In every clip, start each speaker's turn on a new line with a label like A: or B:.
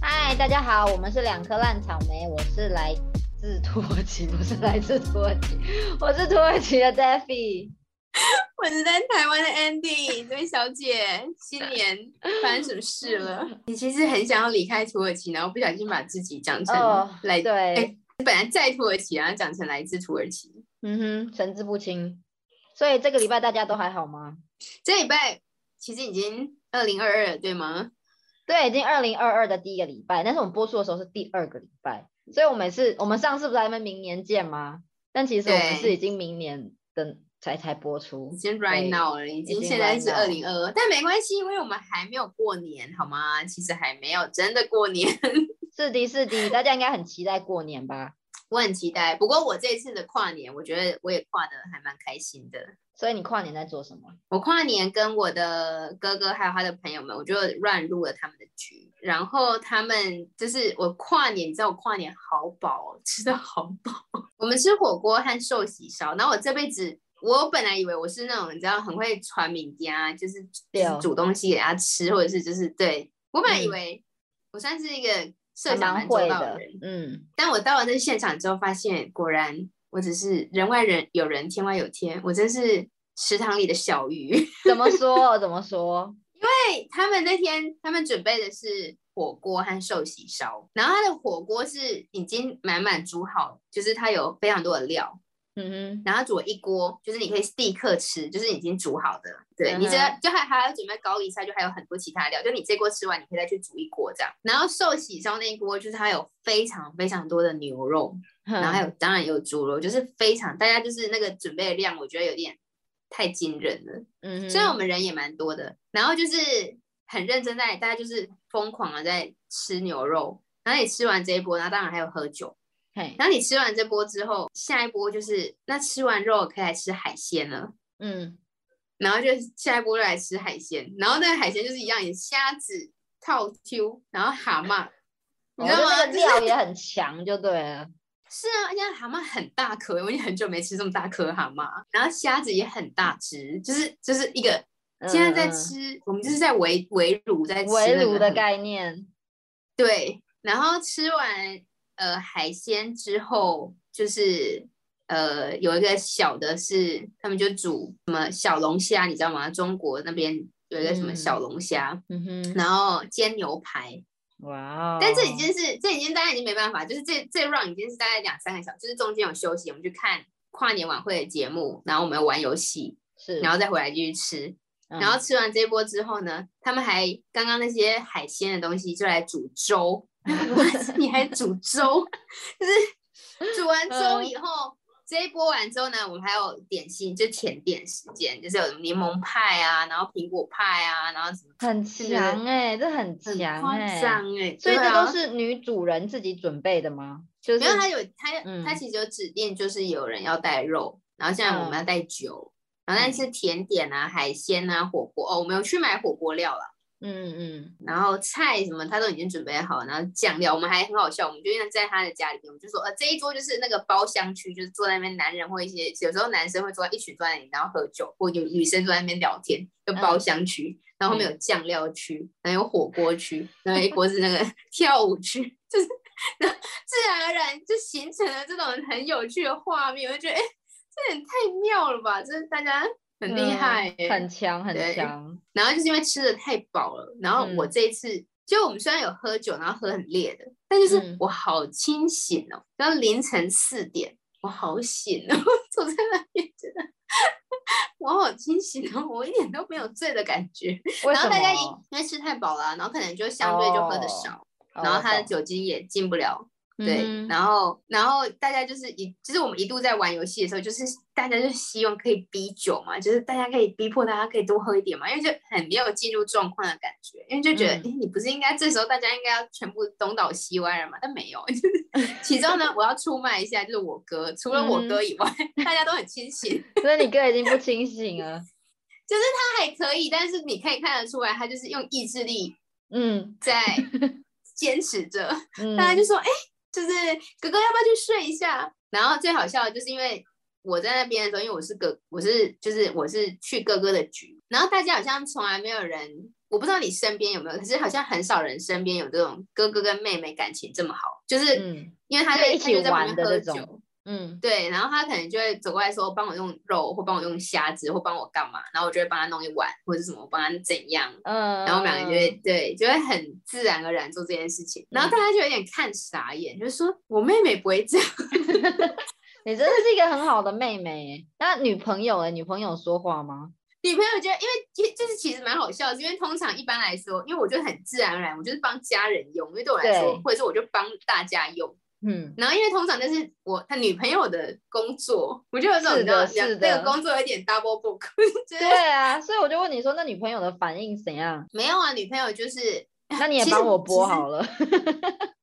A: 嗨，大家好，我们是两颗烂草莓，我是来自土耳其，不是来自土耳其， 我是土耳其的 Daffy。
B: 我是在台湾的 Andy，这位小姐，新年发生什么事了？ 你其实很想要离开土耳其，然后不小心把自己讲成
A: 哦
B: 来、
A: 对
B: 哎本来在土耳其，然后讲成来自土耳其。
A: 嗯哼，神志不清。所以这个礼拜大家都还好吗？
B: 这礼拜其实已经二零二二了，对吗？
A: 对，已经二零二二的第一个礼拜，但是我们播出的时候是第二个礼拜，所以我们是，我们上次不是还没明年见吗？但其实我们
B: 对
A: 是已经明年的才才播出
B: 已。经 right
A: 对
B: now 了，已
A: 经
B: 经现在
A: right
B: 是
A: now
B: 二零二二，但没关系，因为我们还没有过年，好吗？其实还没有真的过年，
A: 是的，是的，大家应该很期待过年吧？
B: 我很期待。不过我这一次的跨年，我觉得我也跨的还蛮开心的。
A: 所以你跨年在做什么？
B: 我跨年跟我的哥哥还有他的朋友们，我就乱入了他们的局，然后他们就是我跨年，你知道我跨年好饱、哦，吃的好饱。 我们吃火锅和寿喜烧，然后我这辈子。我本来以为我是那种你知道很会传名家，就是
A: 对
B: 就
A: 哦
B: 是煮东西给他吃，或者是就是对我本来以
A: 嗯
B: 为我算是一个设
A: 还
B: 想
A: 蛮
B: 蛮周
A: 会
B: 到的
A: 的
B: 人，，
A: 嗯，
B: 但我到了那现场之后，发现果然我只是人外人有人，天外有天，我真是池塘里的小鱼。
A: 怎么说？怎么说？
B: 对，他们那天他们准备的是火锅和寿喜烧，然后它的火锅是已经满满煮好，就是它有非常多的料，
A: 嗯哼，
B: 然后它煮了一锅，就是你可以立刻吃，就是已经煮好的。对，
A: 嗯
B: 你
A: 哼
B: 这就还还要准备高丽菜，就还有很多其他料，就你这锅吃完，你可以再去煮一锅这样。然后寿喜烧那一锅就是它有非常非常多的牛肉，然后还有
A: 嗯
B: 当然有猪肉，就是非常大家就是那个准备的量，我觉得有点太惊人了。
A: 嗯哼，
B: 虽然我们人也蛮多的，然后就是很认真在，大家就是疯狂的在吃牛肉。然后你吃完这一波，然后当然还有喝酒。
A: 嘿，
B: 然后你吃完这波之后，下一波就是那吃完肉可以来吃海鲜了。
A: 嗯，
B: 然后就下一波就来吃海鲜，然后那个海鲜就是一样，有虾子、套 Q，然后蛤蟆，你
A: 我
B: 知
A: 觉得
B: 道吗？
A: 哦那个
B: 就是
A: 料也很强，就对了。
B: 是啊，而且蛤蟆很大颗，我已经很久没吃这么大颗蛤蟆。然后虾子也很大只，就是就是一个现在在
A: 嗯
B: 吃，我们就是在围围炉在
A: 嗯
B: 吃
A: 围
B: 那
A: 炉
B: 个
A: 的
B: 很
A: 概念，
B: 对。然后吃完呃海鲜之后，就是呃有一个小的是他们就煮什么小龙虾，你知道吗？中国那边有一个什么
A: 嗯
B: 小龙虾，
A: 嗯哼，
B: 然后煎牛排，
A: 哇哦！
B: 但这已经是这已经大家已经没办法，就是这这 round 已经是大概两三个小时，就是中间有休息，我们去看跨年晚会的节目，然后我们玩游戏，
A: 是，
B: 然后再回来继续吃。
A: 嗯
B: 然后吃完这一波之后呢，他们还刚刚那些海鲜的东西就来煮 粥，你还煮粥，就是煮完粥
A: 嗯
B: 以后。这一波完之后呢，我们还有点心，就甜点时间，就是有柠檬派啊，然后苹果派啊，然后什么
A: 很
B: 是觉得
A: 强哎，这很
B: 很
A: 强
B: 夸
A: 哎，
B: 张哎、
A: 所以这
B: 对
A: 都
B: 啊
A: 是女主人自己准备的吗？就是
B: 没有，他有他、
A: 嗯
B: 他其实有指定，就是有人要带肉，然后现在我们
A: 嗯
B: 要带酒，然后但是甜点啊、海鲜啊、火锅哦，我们有去买火锅料了，
A: 嗯嗯，
B: 然后菜什么他都已经准备好，然后酱料我们还很好笑，我们就因为在他的家里面，我们就说呃这一桌就是那个包厢区，就是坐在那边男人或一些有时候男生会坐在一群坐在那里，然后喝酒，或有女生坐在那边聊天，就包
A: 嗯
B: 厢区，然后后
A: 嗯
B: 面有酱料区，然后有火锅区，然后一锅是那个 跳舞区，就是然后自然而然就形成了这种很有趣的画面，我就觉得哎、诶这也太妙了吧，就是大家很厉
A: 嗯
B: 害、欸
A: 很强很
B: 对
A: 强，
B: 然后就是因为吃的太饱了，然后我
A: 嗯
B: 这一次、就我们虽然有喝酒，然后喝很烈的，但就是
A: 嗯
B: 我好清醒哦，然后凌晨四点，我好醒哦， 坐在那边觉得我好清醒哦，我一点都没有醉的感觉。
A: 为
B: 然后
A: 什
B: 大家因
A: 么？
B: 因为吃太饱了啊、然后可能就相对就喝的
A: 哦
B: 少，
A: 哦
B: 然后
A: 我
B: 它的
A: 懂
B: 酒精也进不了对，
A: 嗯哼
B: 然后然后大家就是一，就是我们一度在玩游戏的时候，就是大家就希望可以逼酒嘛，就是大家可以逼迫大家可以多喝一点嘛，因为就很没有进入状况的感觉，因为就觉得、
A: 嗯
B: 诶你不是应该这时候大家应该要全部东倒西歪了嘛，但没有， 就是其中呢，我要出卖一下，就是我哥，除
A: 嗯
B: 了我哥以外， 大家都很清醒，
A: 所以你哥已经不清醒了，
B: 他还可以，但是你可以看得出来，他就是用意志力
A: 嗯
B: 在坚持着。
A: 嗯，
B: 大家就说：“哎、就是哥哥要不要去睡一下？”然后最好笑的就是因为我在那边的时候，因为我是哥，我是就是我是去哥哥的局，然后大家好像从来没有人。我不知道你身边有没有，可是好像很少人身边有这种哥哥跟妹妹感情这么好，就是
A: 嗯
B: 因为他
A: 就
B: 在
A: 一
B: 他
A: 起
B: 就在旁
A: 玩
B: 边
A: 的
B: 喝
A: 这种
B: 酒，
A: 嗯，
B: 对，然后他可能就会走过来说帮我用肉，或帮我用虾子，或帮我干嘛，然后我就会帮他弄一碗，或者是什么帮他怎样，
A: 嗯嗯
B: 然后我们两个就会对，就会很自然而然做这件事情，然后大家就有点看傻眼，就是说我妹妹不会这样，
A: 你真的是一个很好的妹妹耶。那女朋友哎，女朋友说话吗？
B: 女朋友觉得，因为其就是其实蛮好笑的，因为通常一般来说，因为我就很自然而然，我就是帮家人用，因为对我来说
A: 对，
B: 或者是我就帮大家用。
A: 嗯，
B: 然后因为通常就是我他女朋友的工作，我就有种
A: 是
B: 你知道
A: 的是
B: 这
A: 的
B: 个工作有点 double book，就是
A: 对啊，所以我就问你说，那女朋友的反应怎样？
B: 没有啊，女朋友就是
A: 那你也
B: 其实
A: 帮我
B: 其
A: 播
B: 实
A: 好了。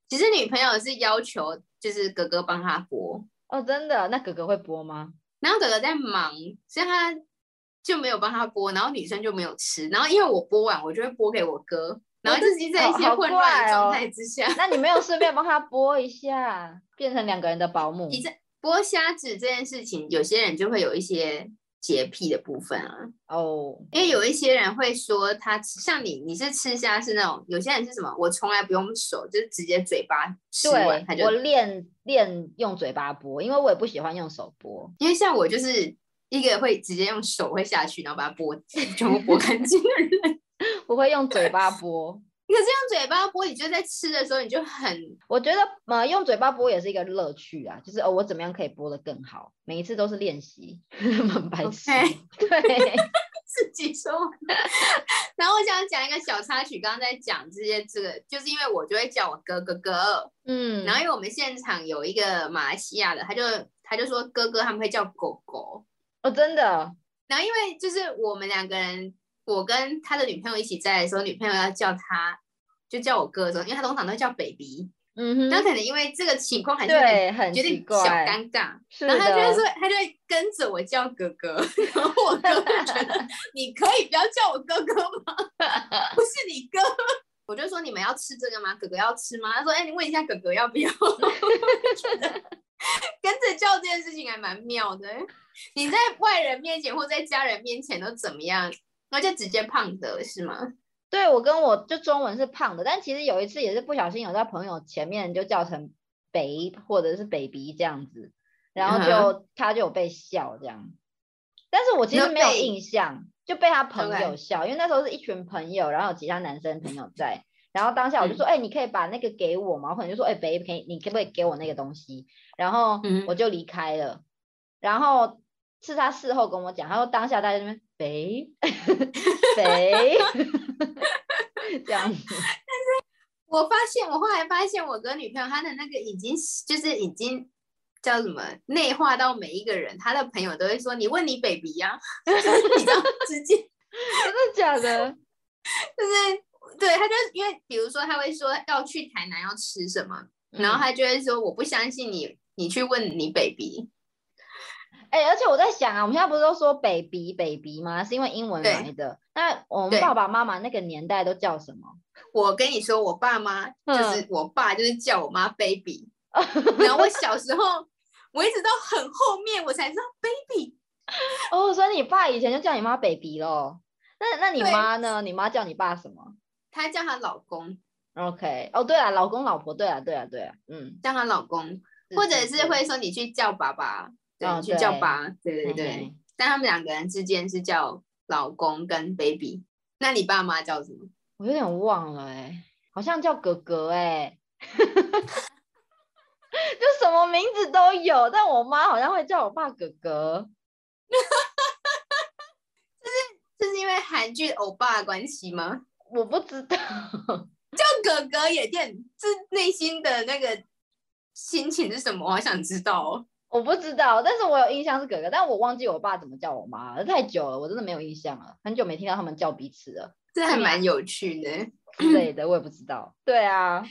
B: 其实女朋友是要求就是哥哥帮她播，
A: 哦，真的？那哥哥会播吗？
B: 然后哥哥在忙，所以他就没有帮他播，然后女生就没有吃，然后因为我播完，我就会播给我哥，然后就是在一些
A: 好好
B: 混乱
A: 怪
B: 的
A: 哦
B: 状态之下，
A: 那你没有顺便帮他播一下，变成两个人的保姆？
B: 你在剥虾子这件事情，有些人就会有一些洁癖的部分啊，
A: 哦，
B: 因为有一些人会说他吃像你，你是吃虾是那种，有些人是什么，我从来不用手，就是直接嘴巴吃完他
A: 对，
B: 就
A: 我，练练用嘴巴播，因为我也不喜欢用手播。
B: 因为像我就是。一个会直接用手会下去，然后把它剥 全部剥干净的 人，可是
A: 我会用嘴巴播。
B: 用嘴巴剥，你就在吃的时候你就很
A: 我觉得呃，用嘴巴播也是一个乐趣啊，就是哦，我怎么样可以播得更好？每一次都是练习， 蛮白痴。
B: OK
A: 对，
B: 自己说完。 然后我想讲一个小插曲，刚刚在讲这些这个，就是因为我就会叫我哥哥哥，
A: 嗯，
B: 然后因为我们现场有一个马来西亚的，他就他就说哥哥他们会叫狗狗，
A: 哦，真的，
B: 然后因为就是我们两个人，我跟他的女朋友一起在的时候，女朋友要叫他。就叫我哥的时候，因为他通常都叫 baby，
A: 嗯
B: 那、
A: 哼，
B: 可能因为这个情况还是有点
A: 对，很
B: 有点
A: 奇
B: 小
A: 怪，
B: 尴尬，
A: 是
B: 然后他就会
A: 的
B: 说，，他就会跟着我叫哥哥，然后我哥就觉得你可以不要叫我哥哥吗？ 不是你哥，我就说你们要吃这个吗？哥哥要吃吗？他说，哎、你问一下哥哥要不 要。我就觉得跟着叫这件事情还蛮妙的，欸你在外人面前或在家人面前都怎么样？那就直接胖的是吗？
A: 对我跟我就中文是胖的，但其实有一次也是不小心有在朋友前面就叫成 babe 或者是 baby 这样子，然后
B: 啊
A: 就、他就有被笑这样，但是我其
B: 你
A: 实
B: 说
A: 没有
B: 被
A: 印象，就被他朋
B: OK
A: 友笑，因为那时候是一群朋友，然后有其他男生朋友在，然后当下我
B: 嗯
A: 就说，哎、你可以把那个给我吗？我可能就说，哎、b a b e 可以，你可不可以给我那个东西？然后
B: 嗯
A: 我就离开了，然后是他事后跟我讲，他说当下大家在那边 babe babe 这样 子，
B: 我发现，我后来发现，我跟女朋友她的那个已经就是已经叫什么内化到每一个人，她的朋友都会说：“你问你 baby 呀、就是你知道，直接
A: 真的假的？
B: 就是对，她就因为比如说，她会说要去台南要吃什么，然后
A: 嗯
B: 她就会说：“我不相信你，你去问你 baby。
A: 哎、而且我在想啊，我们现在不是都说 baby baby 吗？是因为英文
B: 对
A: 来的。那我们
B: 对
A: 爸爸妈妈那个年代都叫什么？”
B: 我跟你说，我爸妈就是
A: 嗯
B: 我爸，就是叫我妈 baby，然 后我小时候。我一直到很后面我才知道 baby，
A: 哦，所以你爸以前就叫你妈 baby 咯。那那你
B: 对
A: 妈呢？你妈叫你爸什么
B: 她叫她老公，
A: ？OK，哦，对啊，老公老婆，对啊，对啊，对啊，嗯，
B: 叫她老公，或者是会说你去叫爸爸，对，
A: 哦
B: 你去叫
A: 对
B: 爸，对对
A: 嘿
B: 对
A: 嘿。
B: 但他们两个人之间是叫老公跟 baby。那你爸妈叫什么？
A: 我有点忘了哎、好像叫哥哥 哎、就什么名字都有，但我妈好像会叫我爸哥哥。
B: 这是因为韩剧欧巴的关系 吗？
A: 我不知道，
B: 叫哥哥也点，这内心的那个心情是什么？我好想知道哦。
A: 我不知道，但是我有印象是哥哥，但我忘记我爸怎么叫我妈了，太久了，我真的没有印象了，很久没听到他们叫彼此了
B: 这还
A: 对啊
B: 蛮有趣的。
A: 之类的，我也不知道。对啊，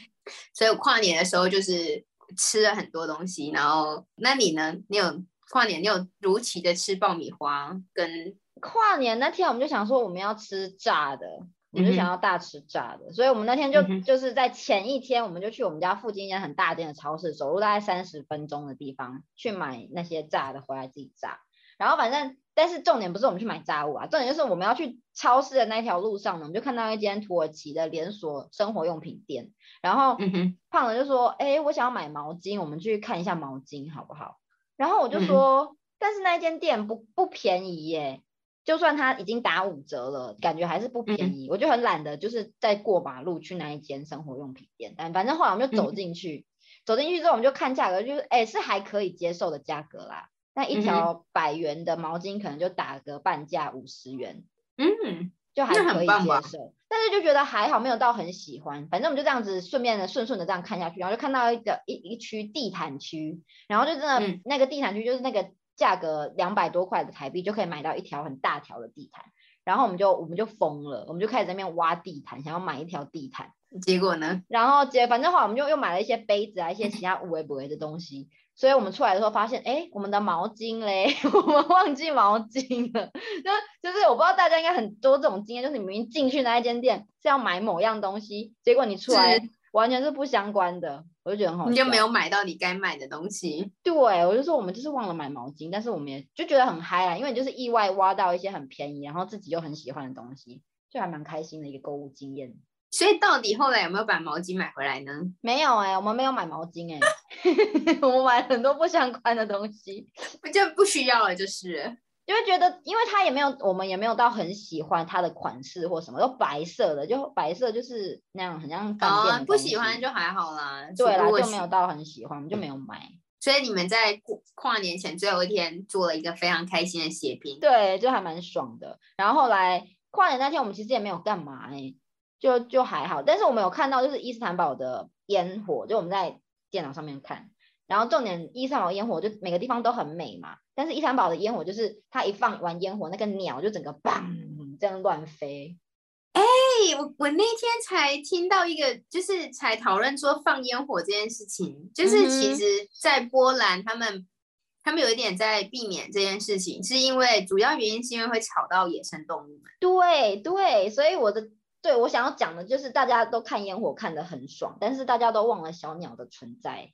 B: 所以我跨年的时候就是吃了很多东西，然后那你呢？你有跨年你有如期的吃爆米花跟
A: 跨年那天我们就想说我们要吃炸的，我们
B: 嗯哼
A: 就想要大吃炸的，所以我们那天就、
B: 嗯哼
A: 就是在前一天，我们就去我们家附近一间很大间的超市，走路大概三十分钟的地方去买那些炸的回来自己炸。然后反正，但是重点不是我们去买炸物啊，重点就是我们要去超市的那条路上呢，我们就看到一间土耳其的连锁生活用品店，然后
B: 嗯哼，
A: 胖了就说：“哎、我想要买毛巾，我们去看一下毛巾好不好？”然后我就
B: 嗯
A: 说：“但是那一间店不不便宜耶，就算它已经打五折了，感觉还是不
B: 嗯
A: 便宜。我就很懒得，就是在过马路去那一间生活用品店，但反正后来我们就
B: 嗯
A: 走进去，走进去之后我们就看价格，就是哎、是还可以接受的价格啦。那一
B: 嗯哼
A: 条百元的毛巾可能就打个半价五十元，
B: 嗯，
A: 就还
B: 那很
A: 可以
B: 棒吧
A: 接受，但是就觉得还好，没有到很喜欢。反正我们就这样子顺便的顺顺的这样看下去，然后就看到一个一一区地毯区，然后就真的、
B: 嗯
A: 那个地毯区就是那个价格两百多块的台币就可以买到一条很大条的地毯，然后我们就我们就疯了，我们就开始在那边挖地毯，想要买一条地毯。
B: 结果呢？
A: 然后结反正后来我们就又买了一些杯子啊，一些其他无为不为的东西。所以我们出来的时候发现，哎，我们的毛巾嘞， 我们忘记毛巾了。就就是我不知道大家应该很多这种经验，就是你明明进去那一间店是要买某样东西，结果你出来
B: 是
A: 完全是不相关的，我就觉得很好笑。
B: 你就没有买到你该买的东西，
A: 对，我就说我们就是忘了买毛巾，但是我们也就觉得很嗨啊，因为你就是意外挖到一些很便宜，然后自己又很喜欢的东西，就还蛮开心的一个购物经验。
B: 所以到底后来有没有把毛巾买回来呢？
A: 没有哎、我们没有买毛巾哎、 我们买了很多不相关的东西，
B: 我就不需要了，就是
A: 就会觉得，因为它也没有，我们也没有到很喜欢它的款式或什么，都白色的，就白色就是那样，很像饭店、
B: 哦，不喜欢。就还好啦。
A: 对啦，
B: 只不过
A: 就没有到很喜欢，我们就没有买。
B: 所以你们在过跨年前最后一天做了一个非常开心的血拼，
A: 对，就还蛮爽的。然后后来跨年那天，我们其实也没有干嘛哎、就就还好。但是我们有看到就是伊斯坦堡的烟火，就我们在电脑上面看。然后重点，伊斯坦堡烟火就每个地方都很美嘛，但是伊斯坦堡的烟火就是它一放完烟火，那个鸟就整个砰这样乱飞。
B: 对，我我那天才听到一个，就是才讨论说放烟火这件事情，就是
A: 嗯哼
B: 其实，在波兰他们他们有一点在避免这件事情，是因为主要原因是因为会吵到野生动物们。
A: 对对，所以我的对我想要讲的就是，大家都看烟火看得很爽，但是大家都忘了小鸟的存在。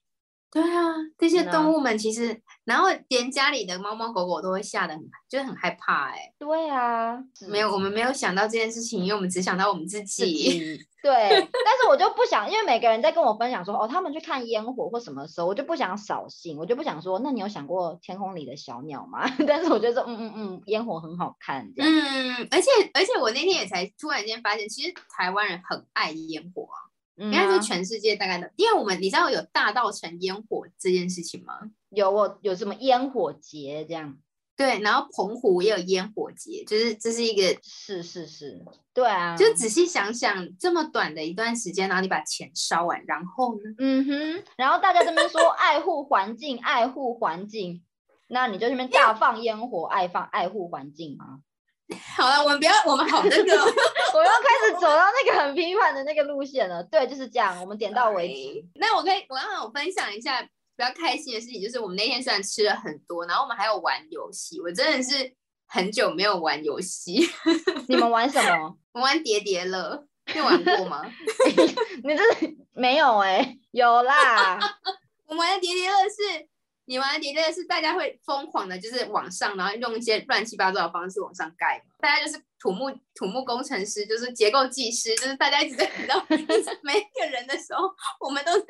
B: 对啊，这些
A: 真的啊
B: 动物们其实，然后连家里的猫猫狗狗都会吓得很，就是很害怕哎、
A: 对啊，
B: 没有，我们没有想到这件事情，因为我们只想到我们自
A: 自
B: 己。
A: 己对，但是我就不想，因为每个人在跟我分享说，哦，他们去看烟火或什么的时候，我就不想扫兴，我就不想说，那你有想过天空里的小鸟吗？ 但是我觉得说，嗯嗯嗯，烟火很好看，这样、
B: 嗯，而且而且我那天也才突然间发现，其实台湾人很爱烟火啊，
A: 嗯
B: 应该
A: 啊
B: 说全世界大概的，因为我们你知道有大稻城烟火这件事情吗？
A: 啊有我有什么烟火节这样，
B: 对，然后澎湖也有烟火节，就是这是一个，
A: 是是是，对啊，
B: 就仔细想想，这么短的一段时间，然后你把钱烧完，然后呢？
A: 嗯哼，然后大家这边说爱护环境，爱护环境。那你就这边大放烟火，爱放爱护环境吗？
B: 好了，我们不要，我们好那个哦、
A: 我又开始走到那个很批判的那个路线了。对，就是这样，我们点到为止。
B: Sorry 那我可以，我让我分享一下比较开心的事情，就是我们那天虽然吃了很多，然后我们还有玩游戏，我真的是很久没有玩游戏。
A: 你们玩什么？
B: 我玩叠叠乐，你有玩过吗？
A: 你这是没有哎、有啦，
B: 我玩的叠叠乐是，你玩的叠叠乐是大家会疯狂的，就是往上，然后用一些乱七八糟的方式往上盖嘛。大家就是土木土木工程师，就是结构技师，就是大家一直在你知道， 一直每一个人的时候，我们都在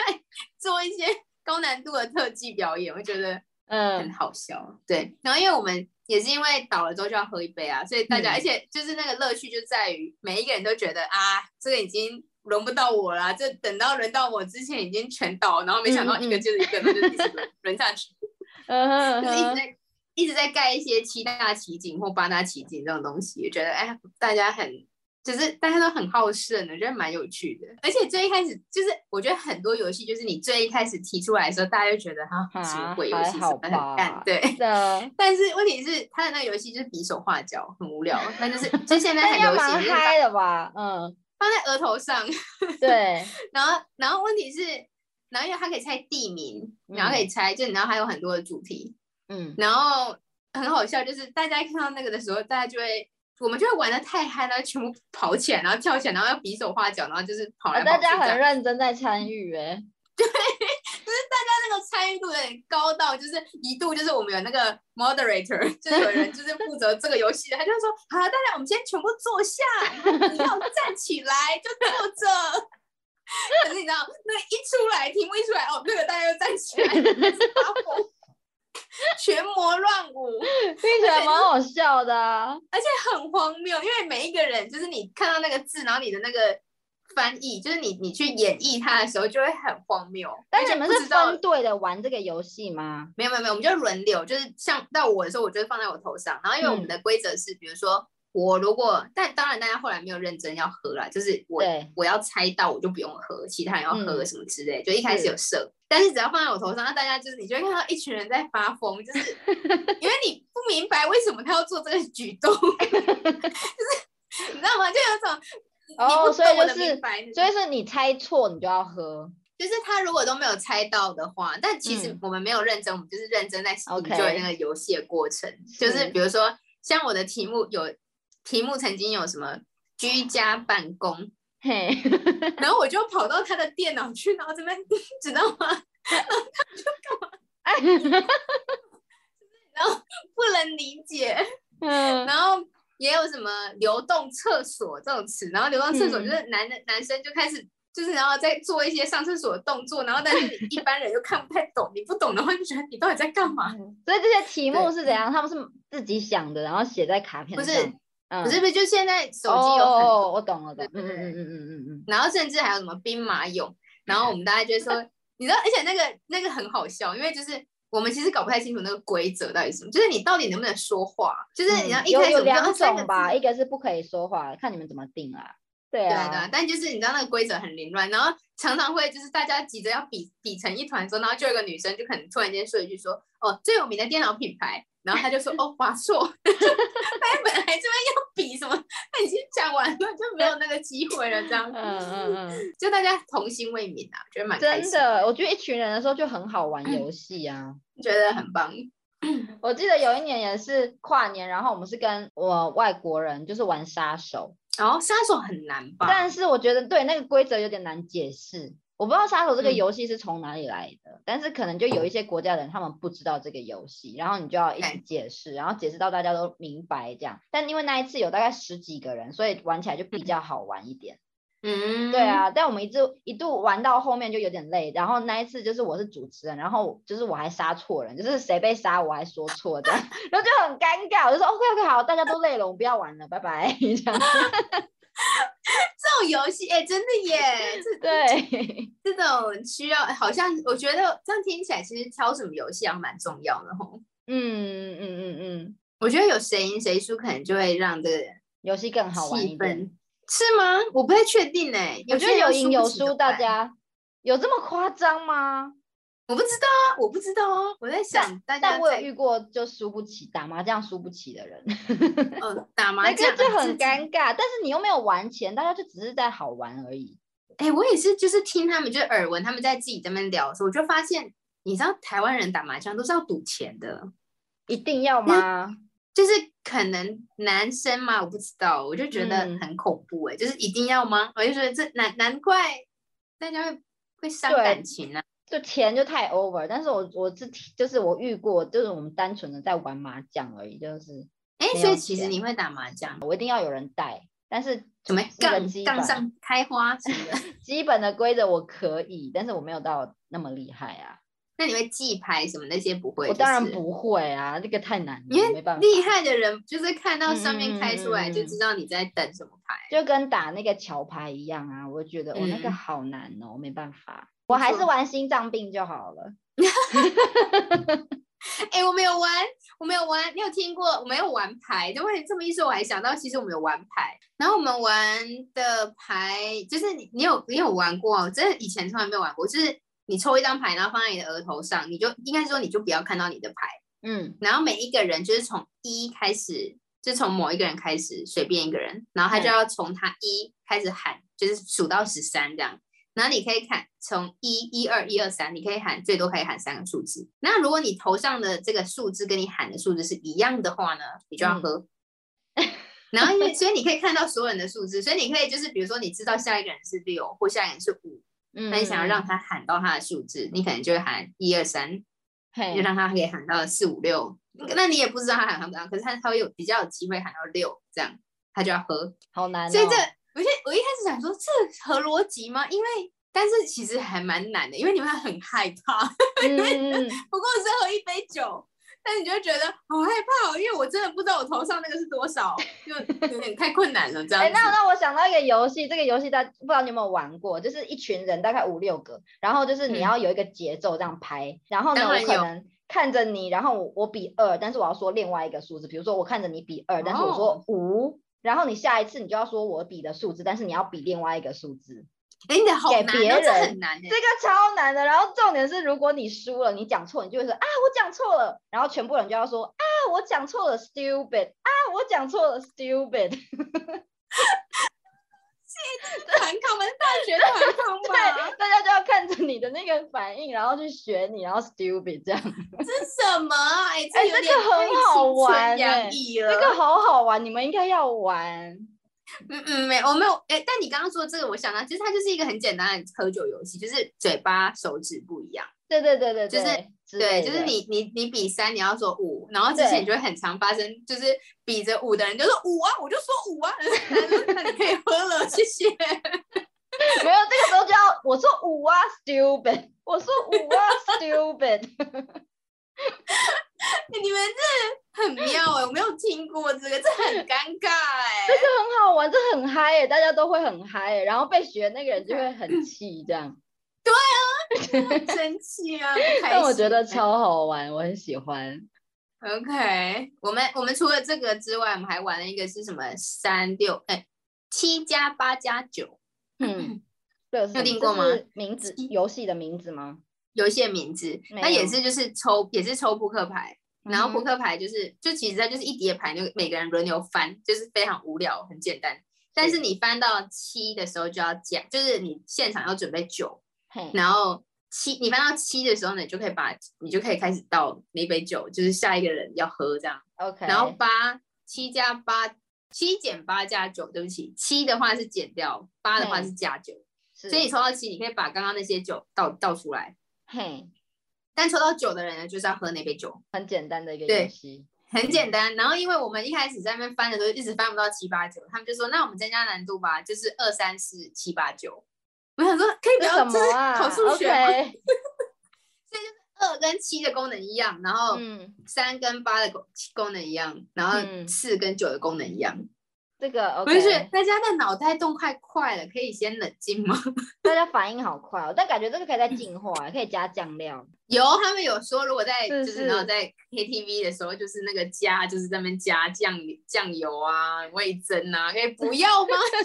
B: 做一些高难度的特技表演，我觉得很
A: 嗯，
B: 好笑。对，然后因为我们。也是因为倒了之后就要喝一杯啊，所以大家，
A: 嗯
B: 而且就是那个乐趣就在于每一个人都觉得啊，这个已经轮不到我啦，这等到轮到我之前已经全倒了，然后没想到一个接着一个，然后就一直轮轮 下去，
A: 嗯
B: 就是一直
A: 哼
B: 在一直在盖一些七大奇景或八大奇景这种东西，我觉得哎，大家很。就是大家都很好胜的，我觉得蛮有趣的。而且最一开始就是，我觉得很多游戏就是你最一开始提出来的时候，大家就觉得哈、
A: 啊
B: 什么鬼游
A: 还
B: 戏，什
A: 好
B: 么很
A: 吧
B: 干，对。
A: 的，
B: 但是问题是，他的那个游戏就是比手画脚，很无 聊。那就是就现
A: 那
B: 在很
A: 应该
B: 流
A: 蛮
B: 行，就是把
A: 嗨的吧？嗯，
B: 放在额头上，
A: 对，
B: 然后然后问题是，然后因为它可以猜地名，然后可以猜，就你知道它有很多的主题，
A: 嗯，
B: 然后很好笑，就是大家看到那个的时候，大家就会。我们就会玩的太嗨了，全部跑起来，然后跳起来，然后要比手画脚，然后就是跑来
A: 啊
B: 跑
A: 大
B: 去 这样。
A: 家很认真在参与哎，
B: 那候参与度有点高到，就是一度就是我们有那个 moderator，就是 有人就是负责这个游戏的，他就说：“好，大家我们先全部坐下，你要站起来就坐着。”可是你知道，那一出来题目一出来，哦，这个大家又站起来，发疯，群魔乱舞。
A: 听起来蛮好笑的 啊。
B: 而且很荒谬，因为每一个人就是你看到那个字，然后你的那个翻译，就是你你去演绎它的时候就会很荒谬。
A: 但
B: 而
A: 你
B: 且
A: 们
B: 不
A: 是
B: 知道
A: 分队的玩这个游戏吗？
B: 没有没有没有，我们就轮流，就是像到我的时候，我就会放在我头上。然后因为
A: 嗯
B: 我们的规则是，比如说我如果，但当然大家后来没有认真要喝啦，就是我
A: 对，
B: 我要猜到我就不用喝，其他人要喝
A: 嗯
B: 什么之类，就一开始有设，但是只要放在我头上，那大家就是你就会看到一群人在发疯，就是 因为你不明白为什么他要做这个举动， 就是你知道吗？就有一种
A: 哦
B: 你不
A: 所以
B: 懂我
A: 就
B: 的
A: 是
B: 明白，
A: 所以是你猜错你就要喝。
B: 就是他如果都没有猜到的话，但其实
A: 嗯
B: 我们没有认真，我们就是认真在
A: OK
B: enjoy 那个游戏的过程。就是
A: 是
B: 比如说，像我的题目有题目曾经有什么居家办公，
A: 嘿，
B: 然后我就跑到他的电脑去，然后这边 知道吗？ 不能理解。
A: 嗯，
B: 然后也有什么流动厕所这种词，然后流动厕所就是男的、男生就开始。就是然后再做一些上厕所的动作，然后但是你一般人又看不太懂，你不懂的话就觉得你到底在干嘛？
A: 所以这些题目
B: 对嗯
A: 是怎样？他们是自己想的，然后写在卡片
B: 不
A: 上。
B: 是
A: 嗯，
B: 可是不是就现在手
A: 哦
B: 机有很多
A: 哦，我懂了，懂
B: 对
A: 了。嗯嗯
B: 对
A: 嗯嗯嗯嗯
B: 然后甚至还有什么兵马俑，然后我们大家就会说，你知道，而且那个那个很好笑，因为就是我们其实搞不太清楚那个规则到底是什么，就是你到底能不能说话，就是
A: 嗯，
B: 你要
A: 嗯
B: 一
A: 有
B: 开始
A: 有
B: 我们就
A: 两
B: 啊三个
A: 种吧，
B: 字
A: 一个是不可以说话，看你们怎么定啦。对
B: 对
A: 啊，
B: 啊对啊，但就是你知道那个规则很凌乱，然后常常会就是大家急着要比比成一团的时候，然后就有一个女生就可能突然间说一句说，哦，最有名的电脑品牌。然后 她就说：“哦，华硕。” 她本来这边要比什么，她已经讲完了，就没有那个机会了。这样
A: 嗯
B: 子，
A: 嗯嗯嗯，
B: 就大家童心未泯啊，觉得蛮开
A: 真
B: 心
A: 的，我觉得一群人的时候就很好玩游戏啊。
B: 觉得很棒。
A: 我记得有一年也是跨年，然后我们是跟我外国人就是玩杀手，
B: 然后杀手很难吧？
A: 但是我觉得对那个规则有点难解释。我不知道杀手这个
B: 嗯
A: 游戏是从哪里来的，但是可能就有一些国家的人他们不知道这个游戏，然后你就要一起
B: 对
A: 解释，然后解释到大家都明白这样。但因为那一次有大概十几个人，所以玩起来就比较好玩一点。
B: 嗯，
A: 对，啊，但我们一度一度玩到后面就有点累，然后那一次就是我是主持人，然后就是我还杀错人，就是谁被杀我还说错 这样，然后就很尴尬，我就说 OK OK 好，大家都累了，我们不要玩了，拜拜 这样。
B: 这种游戏，哎、真的耶， 这
A: 对，
B: 这种需要，好像我觉得这样听起来，其实挑什么游戏还蛮重要的吼。
A: 嗯 嗯嗯嗯，
B: 我觉得有谁赢谁输，可能就会让这个
A: 游戏更好玩一
B: 气
A: 点。
B: 氛是吗？我不太确定哎、
A: 我觉得
B: 些
A: 有
B: 人
A: 赢
B: 不
A: 有
B: 起怎
A: 输，
B: 么
A: 大
B: 办
A: 家有这么夸张吗？
B: 我不知道啊，我不知道啊，我在想大家
A: 但我有
B: 在
A: 遇过就输不起打麻将输不起的人，
B: 呃打麻
A: 那
B: 将
A: 个就
B: 啊
A: 很。
B: 自己
A: 尴尬。但是你又没有玩钱，大家就只是在好玩而已。
B: 哎、我也是，就是听他们就是耳闻他们在自己这边聊的时候，我就发现，你知道台湾人打麻将都是要赌钱的。
A: 一定要吗？
B: 就是可能男生嘛，我不知道，我就觉得
A: 嗯
B: 很恐怖哎、就是一定要吗？我就觉得这难难怪大家会会伤
A: 对
B: 感情啊。
A: 就钱就太 over，但是我我是就是我遇过，就是我们单纯的在玩麻将而已，就是
B: 哎、
A: 没
B: 所以
A: 有
B: 其实
A: 钱
B: 你会打麻将，
A: 我一定要有人带，但是
B: 什
A: 那
B: 么
A: 个
B: 杠
A: 基
B: 杠
A: 本
B: 上开花什么的，
A: 基本的规则我可以，但是我没有到那么厉害啊，
B: 那你会记牌什么那些不会？
A: 我当然
B: 就是
A: 不会啊，这个太难
B: 因
A: 了，
B: 为
A: 没办法，
B: 厉害的人就是看到上面开出
A: 嗯嗯
B: 来
A: 嗯嗯
B: 就
A: 嗯
B: 知道你在等什么牌。
A: 就跟打那个桥牌一样啊，我觉得我、哦那个
B: 嗯
A: 好难哦，没办法，我还是
B: 错
A: 玩心脏病就好了，
B: 哎、我没有玩，我没有玩，你有听过？我没有玩牌，因为你这么一说，我还想到其实我们有玩牌。然后我们玩的牌，就是你你有你有玩过？我真的以前从来没有玩过，就是你抽一张牌，然后放在你的额头上，你就应该说你就不要看到你的牌，
A: 嗯
B: 然后每一个人就是从一开始，就从某一个人开始，随便一个人，然后他就
A: 嗯
B: 要从他一开始喊，就是数到十三这样。然后你可以喊从一、一二、一二三，你可以喊最多可以喊三个数字。那如果你头上的这个数字跟你喊的数字是一样的话呢，你就要
A: 嗯
B: 喝。然后因为所以你可以看到所有人的数字，所以你可以就是比如说你知道下一个人是六或下一个人是五，
A: 嗯
B: 那你想要让他喊到他的数字，你可能就会喊一二三，就
A: 嘿，
B: 让他可以喊到四五六。
A: 嗯
B: 那你也不知道他喊到多少，可是他他会有比较有机会喊到六，这样他就要喝。
A: 好难、哦。
B: 所以这我现我一开始想说这合逻辑吗？因为但是其实还蛮难的，因为你会很害怕。
A: 嗯，嗯嗯
B: 不过是喝一杯酒，但你就会觉得好害怕、哦，因为我真的不知道我头上那个是多少，就有点太困难了这样
A: 哎、
B: 子。
A: 那那我想到一个游戏，这个游戏大不知道你有没有玩过，就是一群人大概五六个，然后就是你
B: 嗯
A: 要有一个节奏这样拍，然后呢，
B: 当
A: 我
B: 然
A: 可
B: 有
A: 能看着你，然后我我比二，但是我要说另外一个数字，比如说我看着你比二，但是我
B: 哦
A: 说五、然后你下一次你就要说我比的数字，但是你要比另外一个数字，
B: 哎、你的好
A: 给
B: 难、
A: 别
B: 哦，这
A: 人
B: 很难
A: 这
B: 哎、
A: 个超难的。然后重点是，如果你输了，你讲错，你就会说啊我讲错了，然后全部人就要说啊我讲错了，stupid，啊我讲错了，stupid。
B: 团康们大学团康吧？
A: 对，大家就要看着你的那个反应，然后去学你，然后 stupid 这样，
B: 这是什么啊？哎、
A: 哎
B: 这有
A: 这
B: 点
A: 个很
B: 太青
A: 好
B: 春
A: 玩哎
B: 洋溢了。
A: 这个好好玩，你们应该要玩。
B: 嗯嗯，没，我没有。哎、但你刚刚说的这个，我想到，其实它就是一个很简单的喝酒游戏，就是嘴巴手指不一样。
A: 对对对对
B: 就是
A: 对，之
B: 对，
A: 类
B: 就是
A: 的。
B: 你你你比三，你要说五，然后之前
A: 对
B: 就会很常发生，就是比着五的人就说五啊，我就说五啊， 那你可以喝了，谢谢。
A: 没有这个时候就要我说五啊 stupid，我说五 啊 stupid，
B: 你们这很妙哎、我没有听过这个，这很尴尬哎、
A: 这很好玩，这很嗨耶，大家都会很嗨耶，然后被学那个人就会很气这样，
B: 生气啊，不开
A: 但我
B: 心
A: 觉得
B: 欸
A: 超好玩，我很喜欢。
B: OK，我们我们除了这个之外，我们还玩了一个是什么三六哎七加八加九
A: 嗯，这个是
B: 你有
A: 什么
B: 听过？
A: 这
B: 吗
A: 是名字
B: 七
A: 游戏的名字吗？
B: 游戏的名字，
A: 没
B: 那也
A: 有
B: 是就是抽也是抽扑克牌，然后
A: 嗯
B: 扑克牌就是就其实它就是一叠牌，就每个人轮流翻，就是非常无聊，很简单。但
A: 是
B: 是你翻到七的时候就要加，就是你现场要准备九，
A: 嘿
B: 然后七你翻到七的时候呢，你就可以把你就可以开始倒那杯酒，就是下一个人要喝这样。
A: ，OK，
B: 然后八七加八，七减八加九，对不起，七的话是减掉，八的话是加九，
A: 所
B: 所以你抽到七，你可以把刚刚那些酒倒倒出来，
A: 嘿
B: 但抽到九的人呢，就是要喝那杯酒，
A: 很简单的一个
B: 对
A: 游戏。
B: 很简单。然后因为我们一开始在那边翻的时候，一直翻不到七八九，他们就说那我们增加难度吧，就是二三四七八九。我想说可以不
A: 这什
B: 要，
A: 么
B: 就是
A: 啊？
B: 考数学吗
A: OK，
B: 二跟七的功能一样，然后
A: 嗯，
B: 三跟八的功功能一样，然后
A: 嗯
B: 四跟九的功能一样。
A: 这个 OK，
B: 我就觉得大家的脑袋动快快了，可以先冷静吗？
A: 大家反应好快哦，但感觉这个可以再进化，可以加酱料。
B: 有，他们有说，如果在
A: 是
B: 就是然后
A: 是
B: 在 KTV 的时候，就是那个加，就是在那边加酱酱油啊、味增啊，可以不
A: 嗯
B: 要 吗？ 为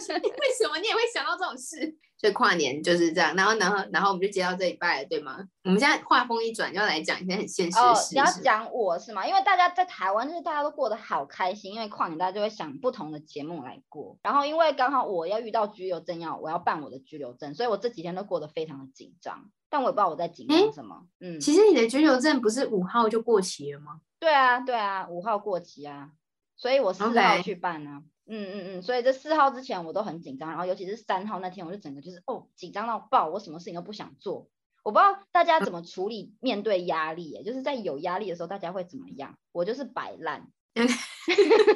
B: 什么你也会想到这种事？所以跨年就是这样，然后然后然后我们就接到这一拜了，对吗？我们现在话锋一转，要来讲一些很现实的
A: 哦
B: 事，
A: 你要
B: 情。
A: 讲我是吗？因为大家在台湾就是大家都过得好开心，因为跨年大家就会想不同的节目来过。然后因为刚好我要遇到居留证要我要办我的居留证，所以我这几天都过得非常的紧张。但我也不知道我在紧张
B: 诶
A: 什么。嗯，
B: 其实你的居留证不是五号就过期了吗？
A: 对啊，对啊，五号过期啊，所以我四号
B: OK
A: 去办啊。嗯嗯嗯，所以这四号之前我都很紧张，然后尤其是三号那天，我就整个就是哦紧张到爆，我什么事情都不想做。我不知道大
B: 嗯
A: 家怎么处理面对压力耶，就是在有压力的时候，大家会怎么样？我就是摆 烂，因为我真